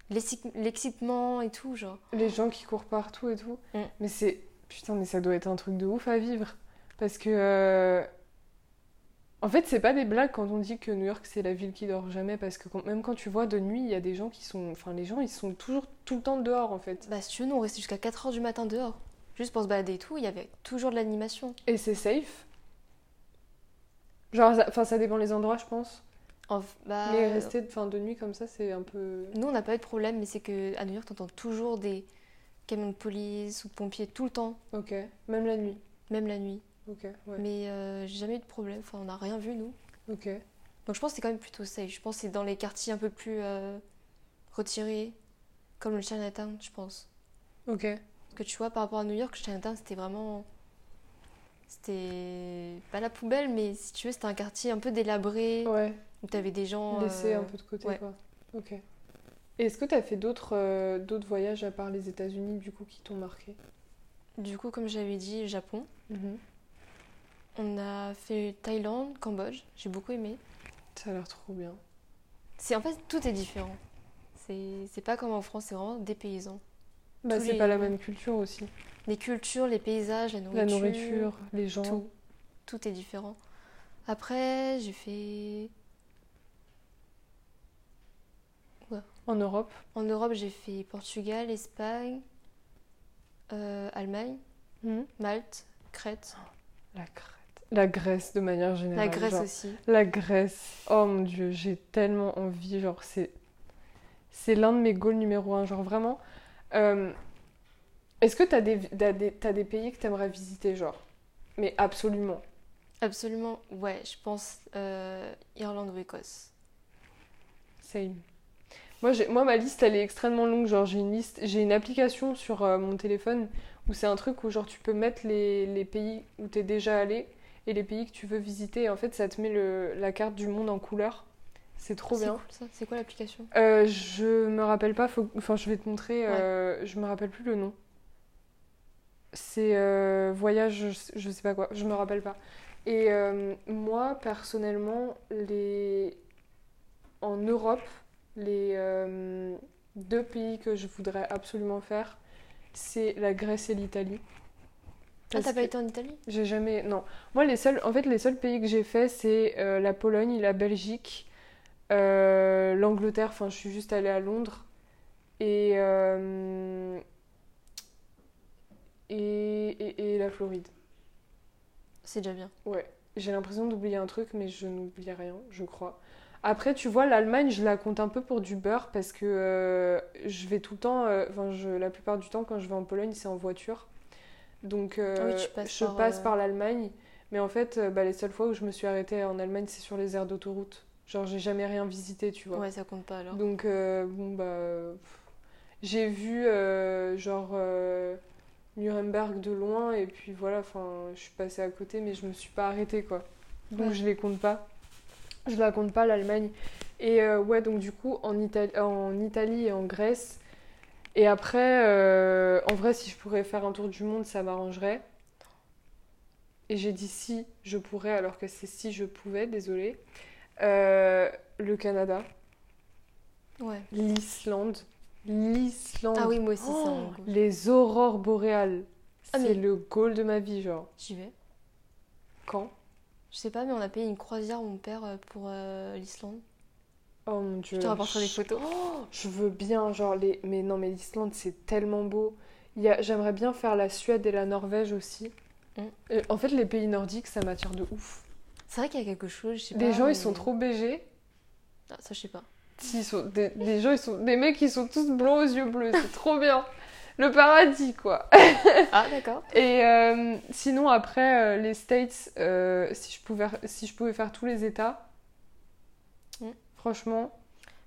Speaker 2: l'exci- l'excitement et tout, genre.
Speaker 1: Les gens qui courent partout et tout.
Speaker 2: Mm.
Speaker 1: Mais c'est. Putain, mais ça doit être un truc de ouf à vivre. Parce que. euh, En fait, c'est pas des blagues quand on dit que New York, c'est la ville qui dort jamais. Parce que quand- même quand tu vois de nuit, il y a des gens qui sont. Enfin, les gens, ils sont toujours tout le temps dehors, en fait.
Speaker 2: Bah, si tu veux, nous, on restait jusqu'à 4h du matin dehors. Juste pour se balader et tout, il y avait toujours de l'animation.
Speaker 1: Et c'est safe. Genre, ça- enfin, ça dépend les endroits, je pense.
Speaker 2: Enf- bah,
Speaker 1: Mais rester enfin, de nuit comme ça, c'est un peu.
Speaker 2: Nous, on n'a pas eu de problème, mais c'est que à New York, t'entends toujours des camions de police ou de pompiers tout le temps,
Speaker 1: Ok. Même la nuit.
Speaker 2: même la nuit.
Speaker 1: Ok, ouais.
Speaker 2: Mais euh, j'ai jamais eu de problème, enfin, on n'a rien vu, nous.
Speaker 1: Ok.
Speaker 2: Donc je pense que c'est quand même plutôt safe. Je pense que c'est dans les quartiers un peu plus euh, retirés, comme le Chinatown, je pense.
Speaker 1: Ok.
Speaker 2: Parce que tu vois, par rapport à New York, Chinatown, c'était vraiment... C'était pas la poubelle, mais si tu veux, c'était un quartier un peu délabré,
Speaker 1: Ouais.
Speaker 2: où t'avais des gens...
Speaker 1: Laisser
Speaker 2: euh,
Speaker 1: un peu de côté,
Speaker 2: ouais.
Speaker 1: quoi. Ok. Et Est-ce que tu as fait d'autres euh, d'autres voyages à part les États-Unis, du coup, qui t'ont marqué
Speaker 2: Du coup, comme j'avais dit, Japon. On a fait Thaïlande, Cambodge. J'ai beaucoup aimé.
Speaker 1: Ça a l'air trop bien.
Speaker 2: C'est en fait tout est différent. C'est c'est pas comme en France, c'est vraiment des paysans.
Speaker 1: Bah,
Speaker 2: Tous
Speaker 1: c'est
Speaker 2: les-
Speaker 1: pas la même culture aussi.
Speaker 2: Les cultures, les paysages, la
Speaker 1: La
Speaker 2: nourriture,
Speaker 1: nourriture, les gens.
Speaker 2: tout. Tout est différent. Après, j'ai fait
Speaker 1: En Europe,
Speaker 2: en Europe, j'ai fait Portugal, Espagne, euh, Allemagne, Mhm. Malte, Crète,
Speaker 1: la Crète. La Grèce, de manière générale.
Speaker 2: la Grèce
Speaker 1: genre.
Speaker 2: aussi.
Speaker 1: La Grèce. Oh mon dieu, j'ai tellement envie. Genre, c'est. C'est l'un de mes goals numéro un. Genre, vraiment. euh, Est-ce que t'as des, t'as des, t'as des pays que t'aimerais visiter, genre Mais absolument.
Speaker 2: Absolument, ouais, je pense euh, Irlande ou Écosse.
Speaker 1: Same. Moi, j'ai- moi, ma liste, elle est extrêmement longue. Genre, j'ai une liste, j'ai une application sur euh, mon téléphone où c'est un truc où genre tu peux mettre les, les pays où t'es déjà allé et les pays que tu veux visiter. Et en fait, ça te met le, la carte du monde en couleur. C'est trop
Speaker 2: C'est
Speaker 1: bien.
Speaker 2: cool, ça. C'est quoi l'application
Speaker 1: Euh, je me rappelle pas. faut- Enfin, je vais te montrer. euh, je me rappelle plus le nom. C'est euh, voyage, je sais- je sais pas quoi. Je me rappelle pas. Et euh, moi, personnellement, les en Europe, les euh, deux pays que je voudrais absolument faire, c'est la Grèce et l'Italie.
Speaker 2: Ah,
Speaker 1: Parce
Speaker 2: t'as pas
Speaker 1: que-
Speaker 2: été en Italie
Speaker 1: j'ai jamais. Non. Moi, les seuls. En fait, les seuls pays que j'ai fait, c'est euh, la Pologne, la Belgique, euh, l'Angleterre. Enfin, je suis juste allée à Londres. Et. euh, et, et- et la Floride.
Speaker 2: C'est déjà bien.
Speaker 1: Ouais. J'ai l'impression d'oublier un truc, mais je n'oublie rien, je crois. Après, tu vois, l'Allemagne, je la compte un peu pour du beurre parce que euh, je vais tout le temps. euh, Enfin, je- la plupart du temps, quand je vais en Pologne, c'est en voiture. Donc, euh,
Speaker 2: tu passes
Speaker 1: je
Speaker 2: par,
Speaker 1: passe
Speaker 2: euh,
Speaker 1: par l'Allemagne. Mais en fait, euh, bah, les seules fois où je me suis arrêtée en Allemagne, c'est sur les aires d'autoroute. Genre, j'ai jamais rien visité, tu vois.
Speaker 2: Ouais, ça compte pas alors.
Speaker 1: Donc, euh, bon, bah. euh, pff. J'ai vu, euh, genre, euh, Nuremberg de loin, et puis voilà, enfin, je suis passée à côté, mais je me suis pas arrêtée, quoi. Donc,
Speaker 2: Ouais.
Speaker 1: je les compte pas. Je la compte pas, l'Allemagne. Et euh, ouais, donc, du coup, en, Ita- en Italie et en Grèce. Et après, euh, en vrai, si je pourrais faire un tour du monde, ça m'arrangerait. Et j'ai dit si je pourrais, alors que c'est si je pouvais, désolée. Euh, le Canada.
Speaker 2: Ouais.
Speaker 1: L'Islande. L'Islande.
Speaker 2: Ah oui, moi aussi, c'est
Speaker 1: Oh,
Speaker 2: un goût.
Speaker 1: les aurores boréales.
Speaker 2: Ah,
Speaker 1: c'est
Speaker 2: mais-
Speaker 1: le goal de ma vie, genre.
Speaker 2: J'y vais.
Speaker 1: Quand
Speaker 2: Je sais pas, mais on a payé une croisière, mon père, euh, pour euh, l'Islande.
Speaker 1: Oh mon dieu.
Speaker 2: Je te rapporterai des photos.
Speaker 1: Je veux bien, genre, les. Mais non, mais l'Islande, c'est tellement beau. Il y a- J'aimerais bien faire la Suède et la Norvège aussi.
Speaker 2: Mm.
Speaker 1: Euh, en fait, les pays nordiques, ça m'attire de ouf.
Speaker 2: C'est vrai qu'il y a quelque chose, je sais pas.
Speaker 1: Les gens,
Speaker 2: mais-
Speaker 1: ils sont trop bégés.
Speaker 2: Ah, ça, je sais pas.
Speaker 1: Ils sont des, des gens, ils sont des mecs, ils sont tous blonds aux yeux bleus. C'est trop bien. Le paradis, quoi.
Speaker 2: Ah, d'accord.
Speaker 1: Et euh, sinon, après, euh, les States, euh, si, je pouvais, si je pouvais faire tous les États,
Speaker 2: Mm.
Speaker 1: franchement.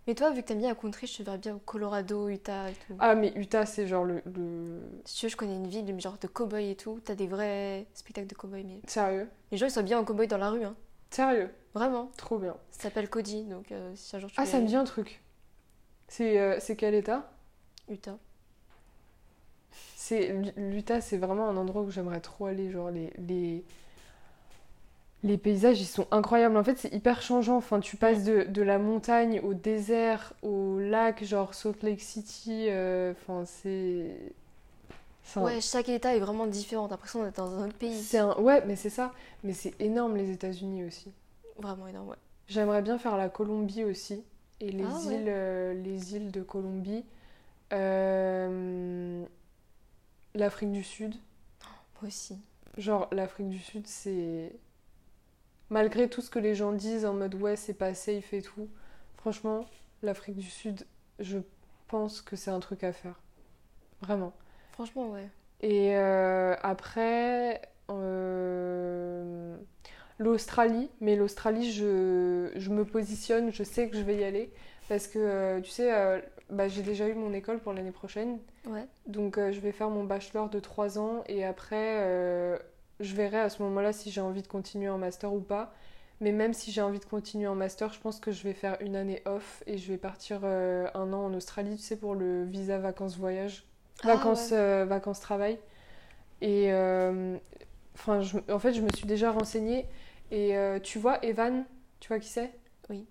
Speaker 2: Mais toi, vu que t'aimes bien la country, je te verrais bien au Colorado, Utah et tout.
Speaker 1: Ah, mais Utah, c'est genre le, le-
Speaker 2: Si tu veux, je connais une ville, genre de cow-boy et tout. T'as des vrais spectacles de cow-boy. Mais...
Speaker 1: Sérieux?
Speaker 2: Les gens, ils sont bien en cow-boy dans la rue, hein.
Speaker 1: Sérieux?
Speaker 2: Vraiment.
Speaker 1: Trop bien.
Speaker 2: Ça s'appelle Cody, donc euh, si un jour tu
Speaker 1: Ah,
Speaker 2: veux
Speaker 1: ça me
Speaker 2: aller,
Speaker 1: dit un truc. C'est euh, c'est quel État?
Speaker 2: Utah.
Speaker 1: C'est l'Utah, c'est vraiment un endroit où j'aimerais trop aller. Genre, les, les... Les paysages, ils sont incroyables. En fait, c'est hyper changeant. Enfin, tu passes de, de la montagne au désert, au lac, genre Salt Lake City. euh, Enfin, c'est. c'est un-
Speaker 2: Ouais, chaque état est vraiment différent. T'as l'impression d'être dans un autre pays.
Speaker 1: c'est un... Ouais, mais c'est ça. Mais c'est énorme, les États-Unis aussi.
Speaker 2: Vraiment énorme, ouais.
Speaker 1: J'aimerais bien faire la Colombie aussi et les
Speaker 2: Ah ouais.
Speaker 1: îles, euh, les îles de Colombie, Euh, l'Afrique du Sud.
Speaker 2: Moi aussi.
Speaker 1: Genre l'Afrique du Sud, c'est malgré tout ce que les gens disent en mode ouais c'est pas safe et tout. Franchement, l'Afrique du Sud, je pense que c'est un truc à faire, vraiment.
Speaker 2: Franchement, ouais.
Speaker 1: Et euh, après, euh, l'Australie. Mais l'Australie, je, je me positionne, je sais que je vais y aller. Parce que, euh, tu sais, euh, bah, j'ai déjà eu mon école pour l'année prochaine.
Speaker 2: Ouais.
Speaker 1: Donc, euh, je vais faire mon bachelor de 3 ans. Et après, euh, je verrai à ce moment-là si j'ai envie de continuer en master ou pas. Mais même si j'ai envie de continuer en master, je pense que je vais faire une année off et je vais partir euh, un an en Australie, tu sais, pour le visa vacances-voyage
Speaker 2: Ah, ouais.
Speaker 1: vacances, euh, vacances travail. Et euh, enfin, je- en fait, je me suis déjà renseignée. Et euh, tu vois, Evan, tu vois qui c'est
Speaker 2: Oui.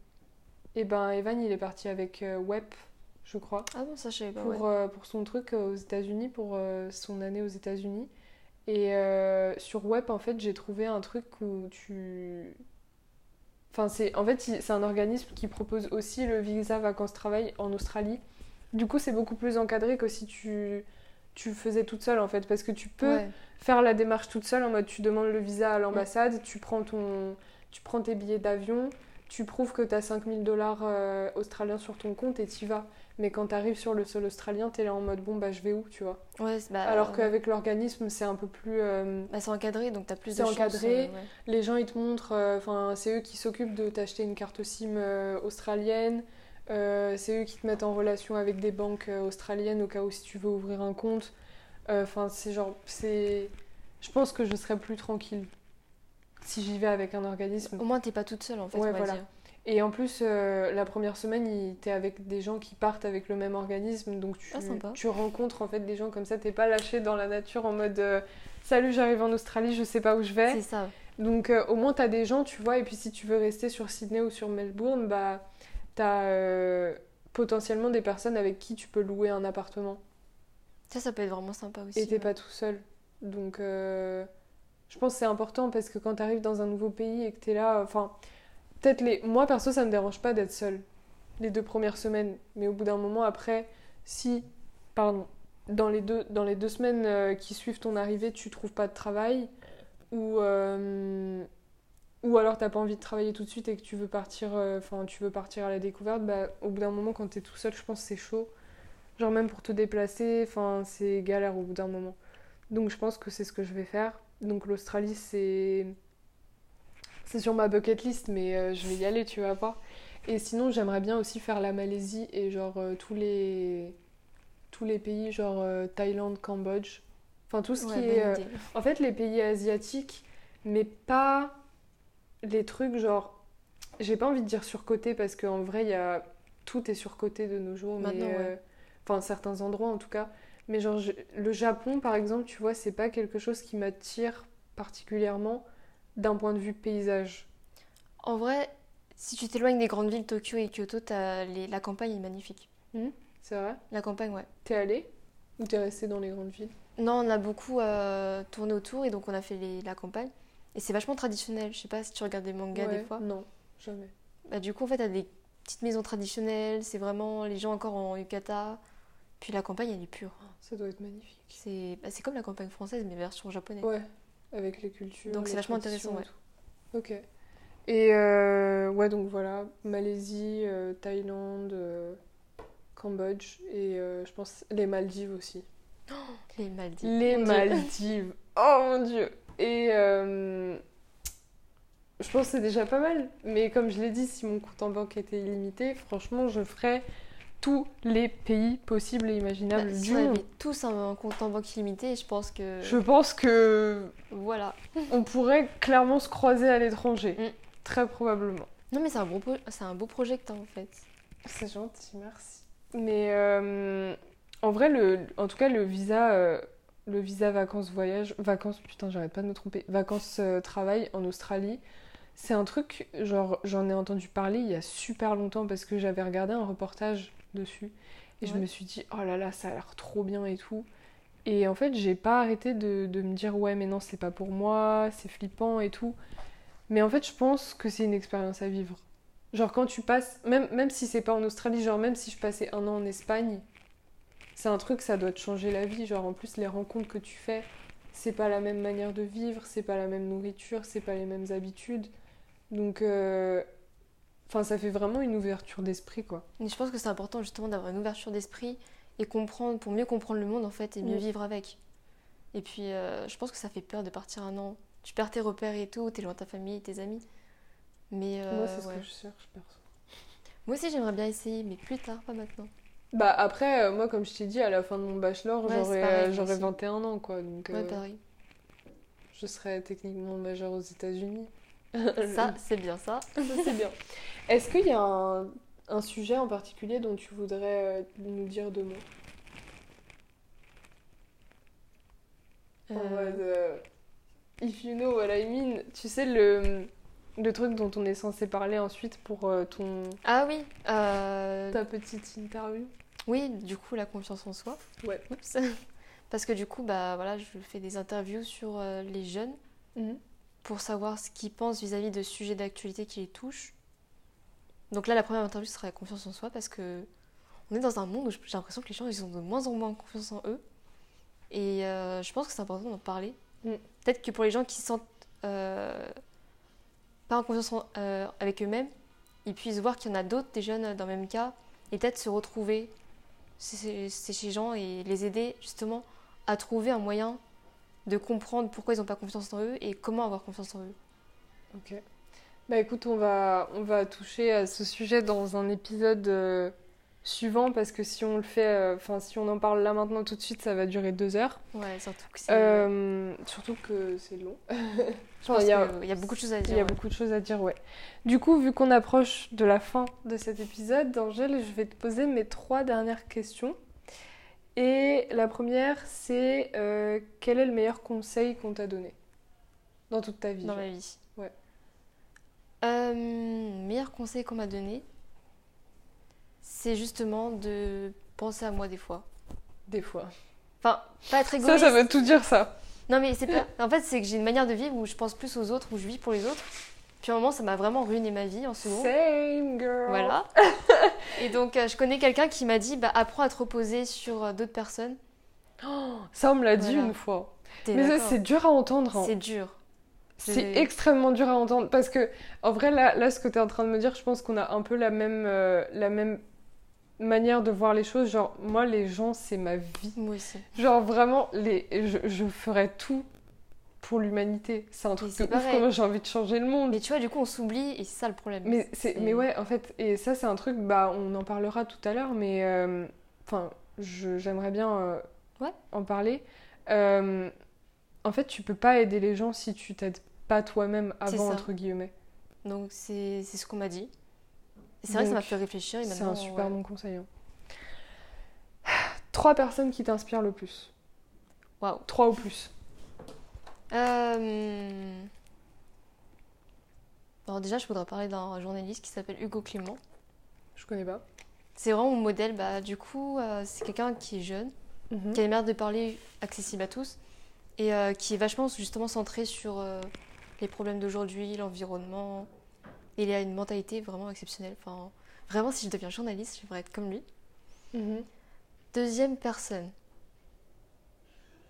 Speaker 1: Et ben, Evan, il est parti avec euh, Web, je crois,
Speaker 2: Ah bon, ça, je savais pas.
Speaker 1: pour,
Speaker 2: ouais.
Speaker 1: euh, pour son truc euh, aux États-Unis, pour euh, son année aux États-Unis. Et euh, sur Web, en fait, j'ai trouvé un truc où tu. Enfin, c'est en fait, il- c'est un organisme qui propose aussi le visa vacances-travail en Australie. Du coup, c'est beaucoup plus encadré que si tu, tu le faisais toute seule, en fait, parce que tu peux
Speaker 2: Ouais.
Speaker 1: faire la démarche toute seule en mode tu demandes le visa à l'ambassade, tu, prends ton, tu prends tes billets d'avion, tu prouves que tu as 5000 dollars euh, australiens sur ton compte et t'y vas. Mais quand t'arrives sur le sol australien, t'es là en mode bon, bah je vais où, tu vois.
Speaker 2: Ouais, c'est- bah,
Speaker 1: Alors qu'avec l'organisme, c'est un peu plus. euh,
Speaker 2: Bah, c'est encadré, donc t'as plus
Speaker 1: C'est
Speaker 2: de chances,
Speaker 1: encadré.
Speaker 2: euh, ouais.
Speaker 1: les gens, ils te montrent, euh, enfin, c'est eux qui s'occupent de t'acheter une carte SIM euh, australienne, euh, c'est eux qui te mettent en relation avec des banques euh, australiennes au cas où si tu veux ouvrir un compte. Euh, Enfin, c'est genre, c'est. Je pense que je serais plus tranquille si j'y vais avec un organisme.
Speaker 2: Au moins, t'es pas toute seule, en fait,
Speaker 1: Ouais,
Speaker 2: on va
Speaker 1: voilà.
Speaker 2: dire.
Speaker 1: Et en plus, euh, la première semaine, il- t'es avec des gens qui partent avec le même organisme, donc tu,
Speaker 2: Ah, sympa.
Speaker 1: tu rencontres en fait des gens comme ça, t'es pas lâché dans la nature en mode euh, Salut, j'arrive en Australie, je sais pas où je vais.
Speaker 2: C'est ça.
Speaker 1: Donc euh, au moins t'as des gens, tu vois, et puis si tu veux rester sur Sydney ou sur Melbourne, bah t'as euh, potentiellement des personnes avec qui tu peux louer un appartement.
Speaker 2: Ça, ça peut être vraiment sympa aussi.
Speaker 1: Et t'es
Speaker 2: ouais.
Speaker 1: pas tout seul. Donc euh, je pense que c'est important parce que quand t'arrives dans un nouveau pays et que t'es là, enfin peut-être les. Moi perso ça me dérange pas d'être seule les deux premières semaines, mais au bout d'un moment après, si pardon dans les deux dans les deux semaines euh, qui suivent ton arrivée tu trouves pas de travail ou euh, ou alors t'as pas envie de travailler tout de suite et que tu veux partir euh, enfin tu veux partir à la découverte bah au bout d'un moment quand t'es tout seul je pense que c'est chaud genre même pour te déplacer enfin c'est galère au bout d'un moment donc je pense que c'est ce que je vais faire donc l'Australie c'est c'est sur ma bucket list mais euh, je vais y aller tu vas voir et sinon j'aimerais bien aussi faire la Malaisie et genre euh, tous les tous les pays genre euh, Thaïlande Cambodge enfin tout ce
Speaker 2: Ouais,
Speaker 1: qui
Speaker 2: bonne
Speaker 1: est euh,
Speaker 2: idée.
Speaker 1: en fait, les pays asiatiques, mais pas les trucs genre. J'ai pas envie de dire surcoté parce qu'en vrai, il y a... tout est surcoté de nos jours.
Speaker 2: Maintenant,
Speaker 1: mais,
Speaker 2: ouais.
Speaker 1: euh, Enfin, certains endroits en tout cas. Mais genre, je- le Japon, par exemple, tu vois, c'est pas quelque chose qui m'attire particulièrement d'un point de vue paysage.
Speaker 2: En vrai, si tu t'éloignes des grandes villes, Tokyo et Kyoto, t'as les- la campagne est magnifique.
Speaker 1: C'est vrai
Speaker 2: La campagne, ouais.
Speaker 1: T'es allé ou t'es resté dans les grandes villes
Speaker 2: Non, on a beaucoup euh, tourné autour et donc on a fait les- la campagne. Et c'est vachement traditionnel. Je sais pas si tu regardes des mangas
Speaker 1: Ouais,
Speaker 2: des fois.
Speaker 1: Non, jamais.
Speaker 2: Bah, du coup, en fait, t'as des petites maisons traditionnelles. C'est vraiment les gens encore en yukata. Puis la campagne, elle est pure.
Speaker 1: Ça doit être magnifique.
Speaker 2: C'est bah, c'est comme la campagne française, mais version japonaise.
Speaker 1: Ouais, avec les cultures.
Speaker 2: Donc c'est
Speaker 1: les
Speaker 2: vachement
Speaker 1: traditions
Speaker 2: intéressant,
Speaker 1: et tout. Ok. Et euh, ouais, donc voilà, Malaisie, euh, Thaïlande, euh, Cambodge et euh, je pense les Maldives aussi.
Speaker 2: Les Maldives. Bah,
Speaker 1: Les
Speaker 2: Dieu.
Speaker 1: Maldives, oh mon dieu! Et euh, je pense que c'est déjà pas mal, mais comme je l'ai dit, si mon compte en banque était illimité, franchement, je ferais tous les pays possibles et
Speaker 2: Bah,
Speaker 1: imaginables
Speaker 2: si
Speaker 1: du
Speaker 2: on euh,
Speaker 1: monde.
Speaker 2: avait tous un compte en banque illimité, je pense que
Speaker 1: Je pense que
Speaker 2: voilà.
Speaker 1: on pourrait clairement se croiser à l'étranger,
Speaker 2: Mm.
Speaker 1: très probablement.
Speaker 2: Non mais c'est un, bon pro- c'est un beau projet que t'as en fait.
Speaker 1: C'est gentil, merci. Mais euh, en vrai, le, en tout cas, le visa euh, le visa vacances-voyage, vacances, putain, j'arrête pas de me tromper, vacances-travail en Australie. C'est un truc, genre, j'en ai entendu parler il y a super longtemps parce que j'avais regardé un reportage dessus et ouais. je me suis dit, oh là là, ça a l'air trop bien et tout. Et en fait, j'ai pas arrêté de, de, me dire, ouais, mais non, c'est pas pour moi, c'est flippant et tout. Mais en fait, je pense que c'est une expérience à vivre. Genre, quand tu passes, même, même si c'est pas en Australie, genre, même si je passais un an en Espagne, c'est un truc, ça doit te changer la vie. Genre, en plus, les rencontres que tu fais, c'est pas la même manière de vivre, c'est pas la même nourriture, c'est pas les mêmes habitudes. Donc, euh... enfin, ça fait vraiment une ouverture d'esprit, quoi.
Speaker 2: Et je pense que c'est important, justement, d'avoir une ouverture d'esprit et comprendre, pour mieux comprendre le monde, en fait, et
Speaker 1: Mm.
Speaker 2: mieux mmh. vivre avec. Et puis, euh, je pense que ça fait peur de partir un an. Tu perds tes repères et tout, t'es loin de ta famille, tes amis. Mais, euh,
Speaker 1: Moi, c'est ce ouais. que je cherche, perso.
Speaker 2: Moi aussi, j'aimerais bien essayer, mais plus tard, pas maintenant.
Speaker 1: Bah après, euh, moi, comme je t'ai dit, à la fin de mon bachelor, ouais, j'aurais 21 ans, quoi. Donc,
Speaker 2: ouais, euh, pareil.
Speaker 1: Je serais techniquement majeure aux États-Unis.
Speaker 2: ça, c'est bien, ça.
Speaker 1: ça c'est bien. Est-ce qu'il y a un, un, sujet en particulier dont tu voudrais euh, nous dire deux mots En
Speaker 2: Euh,
Speaker 1: mode, euh, if you know what I mean, tu sais, le le truc dont on est censé parler ensuite pour euh, ton.
Speaker 2: Ah oui euh...
Speaker 1: Ta petite interview.
Speaker 2: Oui, du coup, la confiance en soi.
Speaker 1: Ouais.
Speaker 2: Oups. Parce que du coup, bah, voilà, je fais des interviews sur euh, les jeunes mm
Speaker 1: Mhm.
Speaker 2: -hmm. pour savoir ce qu'ils pensent vis-à-vis -vis de sujets d'actualité qui les touchent. Donc là, la première interview sera la confiance en soi parce que on est dans un monde où j'ai l'impression que les gens ils ont de moins en moins confiance en eux. Et euh, je pense que c'est important d'en parler. Mm. Peut-être que pour les gens qui sentent euh, pas en confiance euh, avec eux-mêmes, ils puissent voir qu'il y en a d'autres, des jeunes euh, dans le même cas, et peut-être se retrouver chez ces gens et les aider justement à trouver un moyen de comprendre pourquoi ils n'ont pas confiance en eux et comment avoir confiance en eux.
Speaker 1: Ok. Bah écoute, on va, on va toucher à ce sujet dans un épisode euh, suivant parce que si on le fait, enfin euh, si on en parle là maintenant tout de suite, ça va durer deux heures.
Speaker 2: Ouais, surtout que
Speaker 1: Euh, c'est. surtout que c'est long.
Speaker 2: Enfin, il, y a, il y, a beaucoup de choses à dire.
Speaker 1: Il y a ouais. beaucoup de choses à dire, ouais. Du coup, vu qu'on approche de la fin de cet épisode, Angèle, je vais te poser mes trois dernières questions. Et la première, c'est euh, quel est le meilleur conseil qu'on t'a donné dans toute ta vie
Speaker 2: Dans ma vie.
Speaker 1: Ouais.
Speaker 2: Euh, meilleur conseil qu'on m'a donné, c'est justement de penser à moi des fois.
Speaker 1: Des fois.
Speaker 2: Enfin, pas être égoïste.
Speaker 1: Ça, ça veut tout dire, ça.
Speaker 2: Non, mais c'est pas. En fait, c'est que j'ai une manière de vivre où je pense plus aux autres, où je vis pour les autres. Puis à un moment, ça m'a vraiment ruiné ma vie en ce moment.
Speaker 1: Same girl.
Speaker 2: Voilà. Et donc, euh, je connais quelqu'un qui m'a dit bah, apprends à te reposer sur euh, d'autres personnes.
Speaker 1: Oh, ça, on me l'a voilà. dit une fois. Mais c'est dur à entendre. Hein.
Speaker 2: C'est dur.
Speaker 1: C'est extrêmement dur à entendre parce que, en vrai, là, là ce que tu es en train de me dire, je pense qu'on a un peu la même, euh, la même manière de voir les choses. Genre, moi, les gens, c'est ma vie.
Speaker 2: Moi aussi.
Speaker 1: Genre, vraiment, les... je, je ferais tout pour l'humanité. C'est un truc de ouf, comment j'ai envie de changer le monde.
Speaker 2: Mais tu vois, du coup, on s'oublie et c'est ça le problème.
Speaker 1: Mais, c'est... mais ouais, en fait, et ça, c'est un truc, bah, on en parlera tout à l'heure, mais euh... enfin, je... j'aimerais bien euh...
Speaker 2: ouais.
Speaker 1: en parler. Euh... En fait, tu peux pas aider les gens si tu t'aides pas toi-même avant, entre guillemets.
Speaker 2: Donc, c'est, c'est ce qu'on m'a dit. C'est vrai que ça m'a fait réfléchir.
Speaker 1: C'est un super ouais. bon conseil. hein. Trois personnes qui t'inspirent le plus.
Speaker 2: Waouh.
Speaker 1: Trois ou plus.
Speaker 2: Euh... Alors déjà, je voudrais parler d'un journaliste qui s'appelle Hugo Clément.
Speaker 1: Je connais pas.
Speaker 2: C'est vraiment mon modèle. Bah, du coup, euh, c'est quelqu'un qui est jeune, mm -hmm. qui a une manière de parler accessible à tous et euh, qui est vachement justement centré sur euh, les problèmes d'aujourd'hui, l'environnement, il a une mentalité vraiment exceptionnelle. Enfin, vraiment, si je deviens journaliste, j'aimerais être comme lui.
Speaker 1: Mmh.
Speaker 2: Deuxième personne.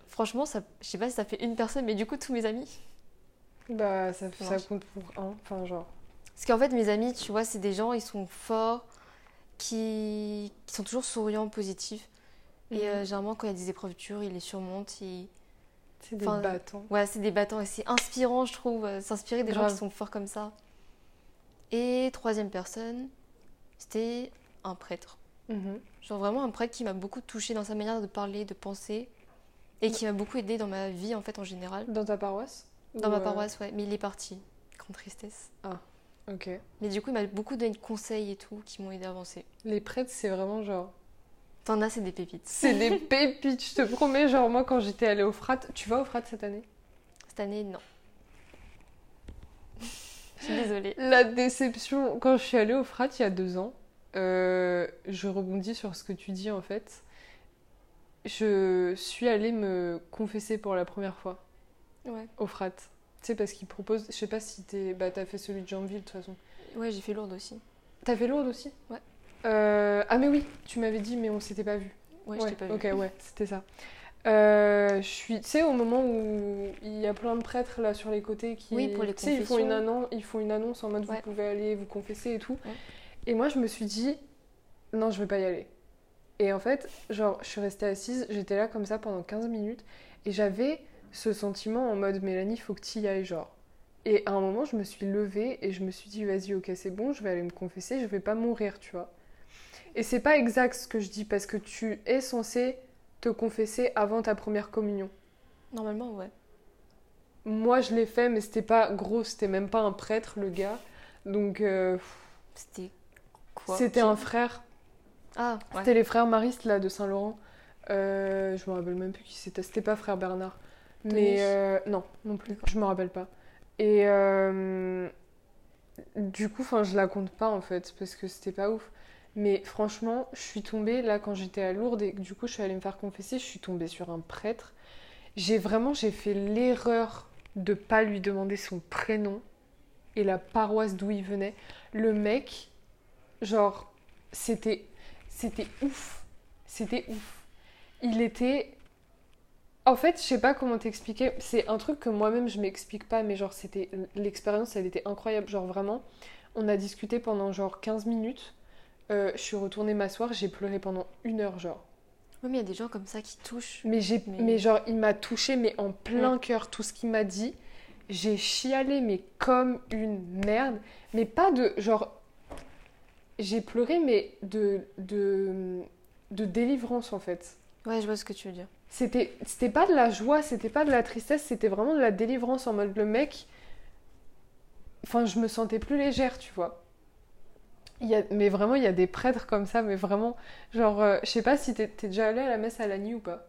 Speaker 2: Franchement, ça, je sais pas si ça fait une personne, mais du coup, tous mes amis.
Speaker 1: Bah, ça, ça compte pour un. Enfin, genre.
Speaker 2: Parce qu'en fait, mes amis, tu vois, c'est des gens, ils sont forts, qui, qui sont toujours souriants, positifs. Mmh. Et euh, généralement, quand il y a des épreuves dures, ils les surmontent. Ils...
Speaker 1: C'est des enfin, battants.
Speaker 2: Ouais, c'est des battants. Et c'est inspirant, je trouve, euh, s'inspirer des Grave. gens qui sont forts comme ça. Et troisième personne, c'était un prêtre.
Speaker 1: Mmh.
Speaker 2: Genre vraiment un prêtre qui m'a beaucoup touchée dans sa manière de parler, de penser, et qui m'a beaucoup aidée dans ma vie en fait en général.
Speaker 1: Dans ta paroisse
Speaker 2: Dans ma euh... paroisse, ouais. Mais il est parti. Grande tristesse.
Speaker 1: Ah, ok.
Speaker 2: Mais du coup, il m'a beaucoup donné de conseils et tout qui m'ont aidé à avancer.
Speaker 1: Les prêtres, c'est vraiment genre.
Speaker 2: T'en as, c'est des pépites.
Speaker 1: C'est des pépites, je te promets. Genre, moi, quand j'étais allée au Frat, tu vas au Frat cette année
Speaker 2: Cette année, non. Je suis désolée.
Speaker 1: La déception, quand je suis allée au Frat il y a deux ans, euh, je rebondis sur ce que tu dis en fait. Je suis allée me confesser pour la première fois
Speaker 2: Ouais,
Speaker 1: au Frat. Tu sais, parce qu'ils proposent. Je sais pas si t'es. Bah, t'as fait celui de Janville de toute façon.
Speaker 2: ouais j'ai fait lourde aussi.
Speaker 1: T'as fait Lourdes aussi
Speaker 2: Ouais.
Speaker 1: Euh, Ah, mais oui, tu m'avais dit, mais on s'était pas vu.
Speaker 2: Ouais, je t'ai pas vu.
Speaker 1: Ok, ouais, c'était ça. Euh, je suis, tu sais, au moment où il y a plein de prêtres là sur les côtés qui,
Speaker 2: Oui, pour les
Speaker 1: tu sais, ils font une
Speaker 2: confessions.
Speaker 1: annonce, ils font une annonce en mode
Speaker 2: Ouais.
Speaker 1: vous pouvez aller vous confesser et tout.
Speaker 2: Ouais.
Speaker 1: Et moi, je me suis dit, non, je vais pas y aller. Et en fait, genre, je suis restée assise, j'étais là comme ça pendant 15 minutes et j'avais ce sentiment en mode Mélanie, faut que tu y ailles, genre. Et à un moment, je me suis levée et je me suis dit, vas-y, ok, c'est bon, je vais aller me confesser, je vais pas mourir, tu vois. Et c'est pas exact ce que je dis parce que tu es censé te confesser avant ta première communion.
Speaker 2: Normalement, ouais.
Speaker 1: Moi, je l'ai fait, mais c'était pas gros, c'était même pas un prêtre, le gars. Donc, euh,
Speaker 2: C'était quoi
Speaker 1: c'était un frère.
Speaker 2: Ah, ouais.
Speaker 1: C'était les frères Maristes, là, de Saint-Laurent. Euh, je me rappelle même plus qui c'était. C'était pas frère Bernard. Mais
Speaker 2: Denis.
Speaker 1: euh, non, non plus.
Speaker 2: D'accord.
Speaker 1: Je me rappelle pas. Et euh, du coup, enfin, je la compte pas en fait parce que c'était pas ouf. Mais franchement, je suis tombée là quand j'étais à Lourdes et que, du coup, je suis allée me faire confesser. Je suis tombée sur un prêtre. J'ai vraiment, j'ai fait l'erreur de pas lui demander son prénom et la paroisse d'où il venait. Le mec, genre, c'était, c'était ouf, c'était ouf. Il était en fait, je sais pas comment t'expliquer. C'est un truc que moi-même je m'explique pas, mais genre c'était l'expérience, elle était incroyable. Genre vraiment, on a discuté pendant genre 15 minutes. Euh, je suis retournée m'asseoir, j'ai pleuré pendant une heure, genre.
Speaker 2: Ouais, mais il y a des gens comme ça qui touchent.
Speaker 1: Mais j'ai,
Speaker 2: Mais-
Speaker 1: mais genre il m'a touchée, mais en plein cœur tout ce qu'il m'a dit. J'ai chialé, mais comme une merde. Mais pas de genre, j'ai pleuré, mais de de de délivrance en fait.
Speaker 2: Ouais, je vois ce que tu veux dire.
Speaker 1: C'était, c'était pas de la joie, c'était pas de la tristesse, c'était vraiment de la délivrance en mode le mec. Enfin, je me sentais plus légère, tu vois. Il y a, mais vraiment, il y a des prêtres comme ça, mais vraiment. Genre, euh, je sais pas si t'es, t'es déjà allé à la messe à Lagny ou pas.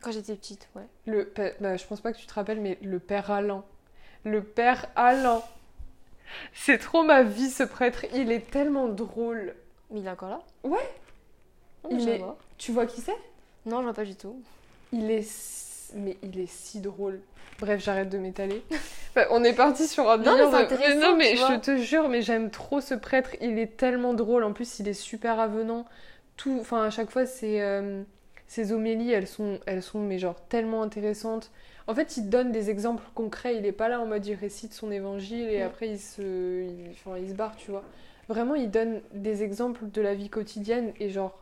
Speaker 2: Quand j'étais petite, ouais.
Speaker 1: Le, pa- bah, je pense pas que tu te rappelles, mais le père Alain. Le père Alain. C'est trop ma vie, ce prêtre. Il est tellement drôle.
Speaker 2: Mais il est encore là
Speaker 1: Ouais.
Speaker 2: Non,
Speaker 1: Il
Speaker 2: je vais
Speaker 1: est-
Speaker 2: voir.
Speaker 1: Tu vois qui c'est
Speaker 2: Non, je vois pas du tout.
Speaker 1: Il est. si- Mais il est si drôle. Bref, j'arrête de m'étaler. Enfin, on est parti sur un
Speaker 2: Non, mais
Speaker 1: délire
Speaker 2: c'est
Speaker 1: de-
Speaker 2: intéressant,
Speaker 1: non, mais
Speaker 2: tu
Speaker 1: je
Speaker 2: vois.
Speaker 1: te jure, mais j'aime trop ce prêtre. Il est tellement drôle. En plus, il est super avenant. Tout... Enfin, à chaque fois, ses, euh, ses homélies, elles sont, elles sont mais genre, tellement intéressantes. En fait, il donne des exemples concrets. Il est pas là en mode il récite son évangile et
Speaker 2: Mm.
Speaker 1: après il se, il- enfin, il se barre, tu vois. Vraiment, il donne des exemples de la vie quotidienne et genre,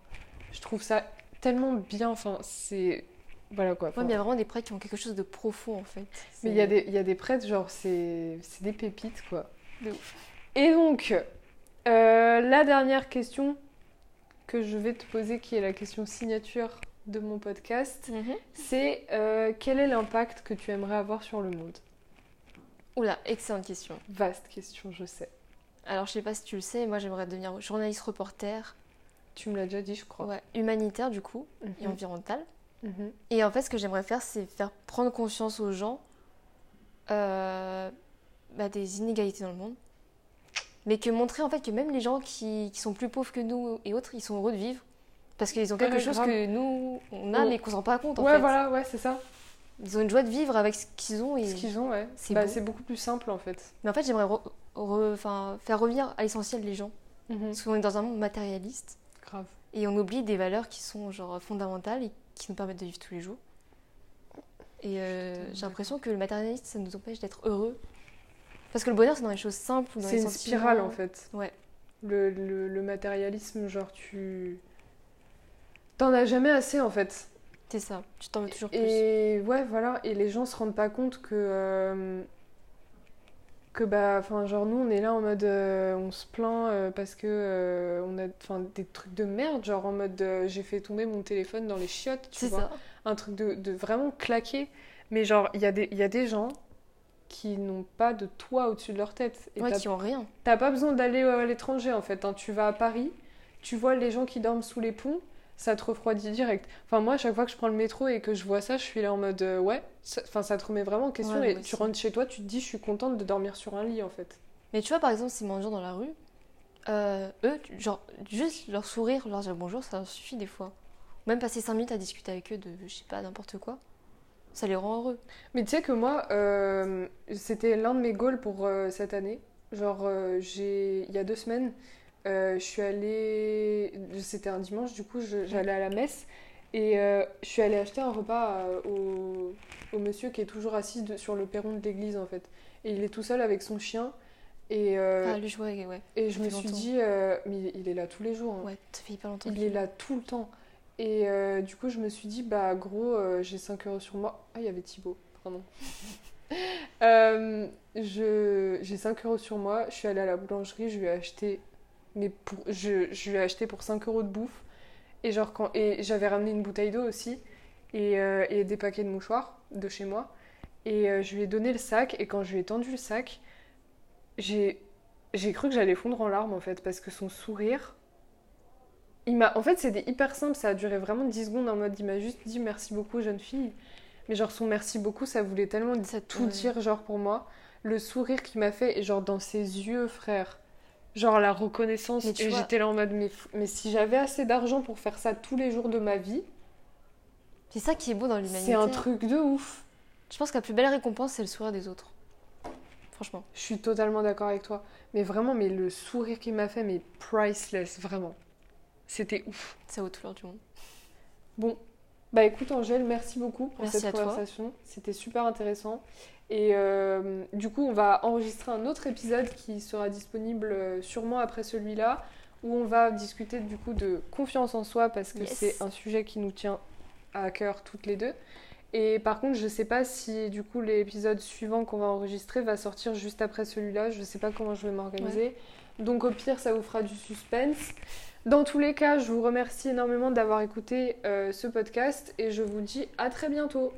Speaker 1: je trouve ça tellement bien. Enfin, c'est. Voilà quoi.
Speaker 2: Ouais,
Speaker 1: Enfin,
Speaker 2: mais il y a vraiment des prêts qui ont quelque chose de profond en fait.
Speaker 1: mais il y, a des- il y a des prêtres, genre, c'est c'est des pépites, quoi.
Speaker 2: De
Speaker 1: Et donc, euh, la dernière question que je vais te poser, qui est la question signature de mon podcast,
Speaker 2: Mhm.
Speaker 1: c'est euh, quel est l'impact que tu aimerais avoir sur le monde
Speaker 2: Oula, excellente question.
Speaker 1: Vaste question, je sais.
Speaker 2: Alors, je sais pas si tu le sais, moi j'aimerais devenir journaliste reporter,
Speaker 1: Tu me l'as déjà dit, je crois.
Speaker 2: ouais, humanitaire du coup, et
Speaker 1: Mhm.
Speaker 2: environnemental.
Speaker 1: Mhm.
Speaker 2: Et en fait, ce que j'aimerais faire, c'est faire prendre conscience aux gens euh, bah, des inégalités dans le monde. Mais que montrer en fait que même les gens qui, qui sont plus pauvres que nous et autres, ils sont heureux de vivre. Parce qu'ils ont quelque
Speaker 1: Ouais,
Speaker 2: chose
Speaker 1: grave.
Speaker 2: que nous, on a,
Speaker 1: On-
Speaker 2: mais qu'on s'en rend pas compte en
Speaker 1: Ouais,
Speaker 2: fait.
Speaker 1: voilà, ouais, c'est ça.
Speaker 2: Ils ont une joie de vivre avec ce qu'ils ont. Et...
Speaker 1: Ce qu'ils ont, ouais.
Speaker 2: C'est
Speaker 1: Bah,
Speaker 2: beau.
Speaker 1: c'est beaucoup plus simple, en fait.
Speaker 2: Mais en fait, j'aimerais re- re- enfin, faire revenir à l'essentiel les gens.
Speaker 1: Mhm.
Speaker 2: Parce qu'on est dans un monde matérialiste
Speaker 1: Grave.
Speaker 2: et on oublie des valeurs qui sont genre fondamentales et qui nous permettent de vivre tous les jours. Et euh,
Speaker 1: totalement
Speaker 2: j'ai l'impression que le matérialiste, ça nous empêche d'être heureux. Parce que le bonheur, c'est dans les choses simples. ou dans
Speaker 1: C'est
Speaker 2: les
Speaker 1: une
Speaker 2: sentiments.
Speaker 1: spirale, en fait.
Speaker 2: Ouais.
Speaker 1: Le, le- le matérialisme, genre, tu. T'en as jamais assez, en fait.
Speaker 2: C'est ça. Tu t'en veux toujours plus.
Speaker 1: Et ouais, voilà. Et les gens se rendent pas compte que. euh, que bah, enfin, genre, nous, on est là en mode. euh, on se plaint euh, parce que. euh, on a enfin, des trucs de merde, genre en mode. euh, J'ai fait tomber mon téléphone dans les chiottes, tu
Speaker 2: C'est
Speaker 1: vois.
Speaker 2: ça.
Speaker 1: Un truc de, de vraiment claqué. Mais genre, il y, a des- il y a des gens qui n'ont pas de toit au-dessus de leur tête. Et
Speaker 2: Ouais,
Speaker 1: t'as
Speaker 2: qui ont rien.
Speaker 1: T'as pas besoin d'aller euh, à l'étranger en fait. hein. Tu vas à Paris, tu vois les gens qui dorment sous les ponts. ça te refroidit direct. Enfin, moi, à chaque fois que je prends le métro et que je vois ça, je suis là en mode euh, ouais, ça, enfin, ça te remet vraiment en question.
Speaker 2: Ouais, moi
Speaker 1: et
Speaker 2: aussi.
Speaker 1: tu rentres chez toi, tu te dis, je suis contente de dormir sur un lit en fait.
Speaker 2: Mais tu vois, par exemple, ces mendiants dans la rue, euh, eux, tu- genre, juste leur sourire, leur dire bonjour, ça leur suffit des fois. Même passer 5 minutes à discuter avec eux de, je sais pas, n'importe quoi, ça les rend heureux.
Speaker 1: Mais tu sais que moi, euh, c'était l'un de mes goals pour euh, cette année. Genre, euh, j'ai, il y a deux semaines, euh, je suis allée, c'était un dimanche, du coup, je- j'allais à la messe et euh, je suis allée acheter un repas euh, au, au monsieur qui est toujours assis de- sur le perron de l'église en fait. Et il est tout seul avec son chien et, euh,
Speaker 2: Ah, lui, je vois, ouais.
Speaker 1: et je
Speaker 2: ça
Speaker 1: me
Speaker 2: fait
Speaker 1: suis
Speaker 2: longtemps.
Speaker 1: dit, euh, mais il est là tous les jours. hein.
Speaker 2: Ouais, ça fait hyper longtemps.
Speaker 1: Il est là tout le temps. Et euh, du coup, je me suis dit, bah gros, euh, j'ai 5 euros sur moi. Ah, il y avait Thibaut, pardon. Euh, je- j'ai 5 euros sur moi. Je suis allée à la boulangerie, je lui ai acheté, mais pour, je, je lui ai acheté pour 5 euros de bouffe. Et, genre quand, et j'avais ramené une bouteille d'eau aussi et, euh, et des paquets de mouchoirs de chez moi. Et euh, je lui ai donné le sac. Et quand je lui ai tendu le sac, j'ai j'ai cru que j'allais fondre en larmes en fait, parce que son sourire. Il m'a... En fait, c'était hyper simple, ça a duré vraiment 10 secondes en mode il m'a juste dit merci beaucoup, jeune fille. Mais genre, son merci beaucoup, ça voulait tellement
Speaker 2: Ça-
Speaker 1: tout
Speaker 2: ouais.
Speaker 1: dire, genre pour moi. Le sourire qu'il m'a fait, et genre dans ses yeux, frère. Genre la reconnaissance.
Speaker 2: Mais tu
Speaker 1: Et
Speaker 2: vois-
Speaker 1: j'étais là en mode mais, f- mais si j'avais assez d'argent pour faire ça tous les jours de ma vie,
Speaker 2: C'est ça qui est beau dans l'humanité.
Speaker 1: c'est un truc de ouf.
Speaker 2: Je pense que la plus belle récompense, c'est le sourire des autres. Franchement.
Speaker 1: Je suis totalement d'accord avec toi. Mais vraiment, mais le sourire qu'il m'a fait, mais priceless, vraiment. C'était ouf.
Speaker 2: Ça vaut tout l'or du monde.
Speaker 1: Bon, bah écoute Angèle, merci beaucoup pour
Speaker 2: Merci à
Speaker 1: cette
Speaker 2: toi.
Speaker 1: conversation. C'était super intéressant. Et euh, du coup, on va enregistrer un autre épisode qui sera disponible euh, sûrement après celui-là, où on va discuter du coup de confiance en soi parce que
Speaker 2: Yes.
Speaker 1: c'est un sujet qui nous tient à cœur toutes les deux. Et par contre, je sais pas si du coup l'épisode suivant qu'on va enregistrer va sortir juste après celui-là. Je sais pas comment je vais m'organiser. Donc au pire, ça vous fera du suspense. Dans tous les cas, je vous remercie énormément d'avoir écouté euh, ce podcast et je vous dis à très bientôt.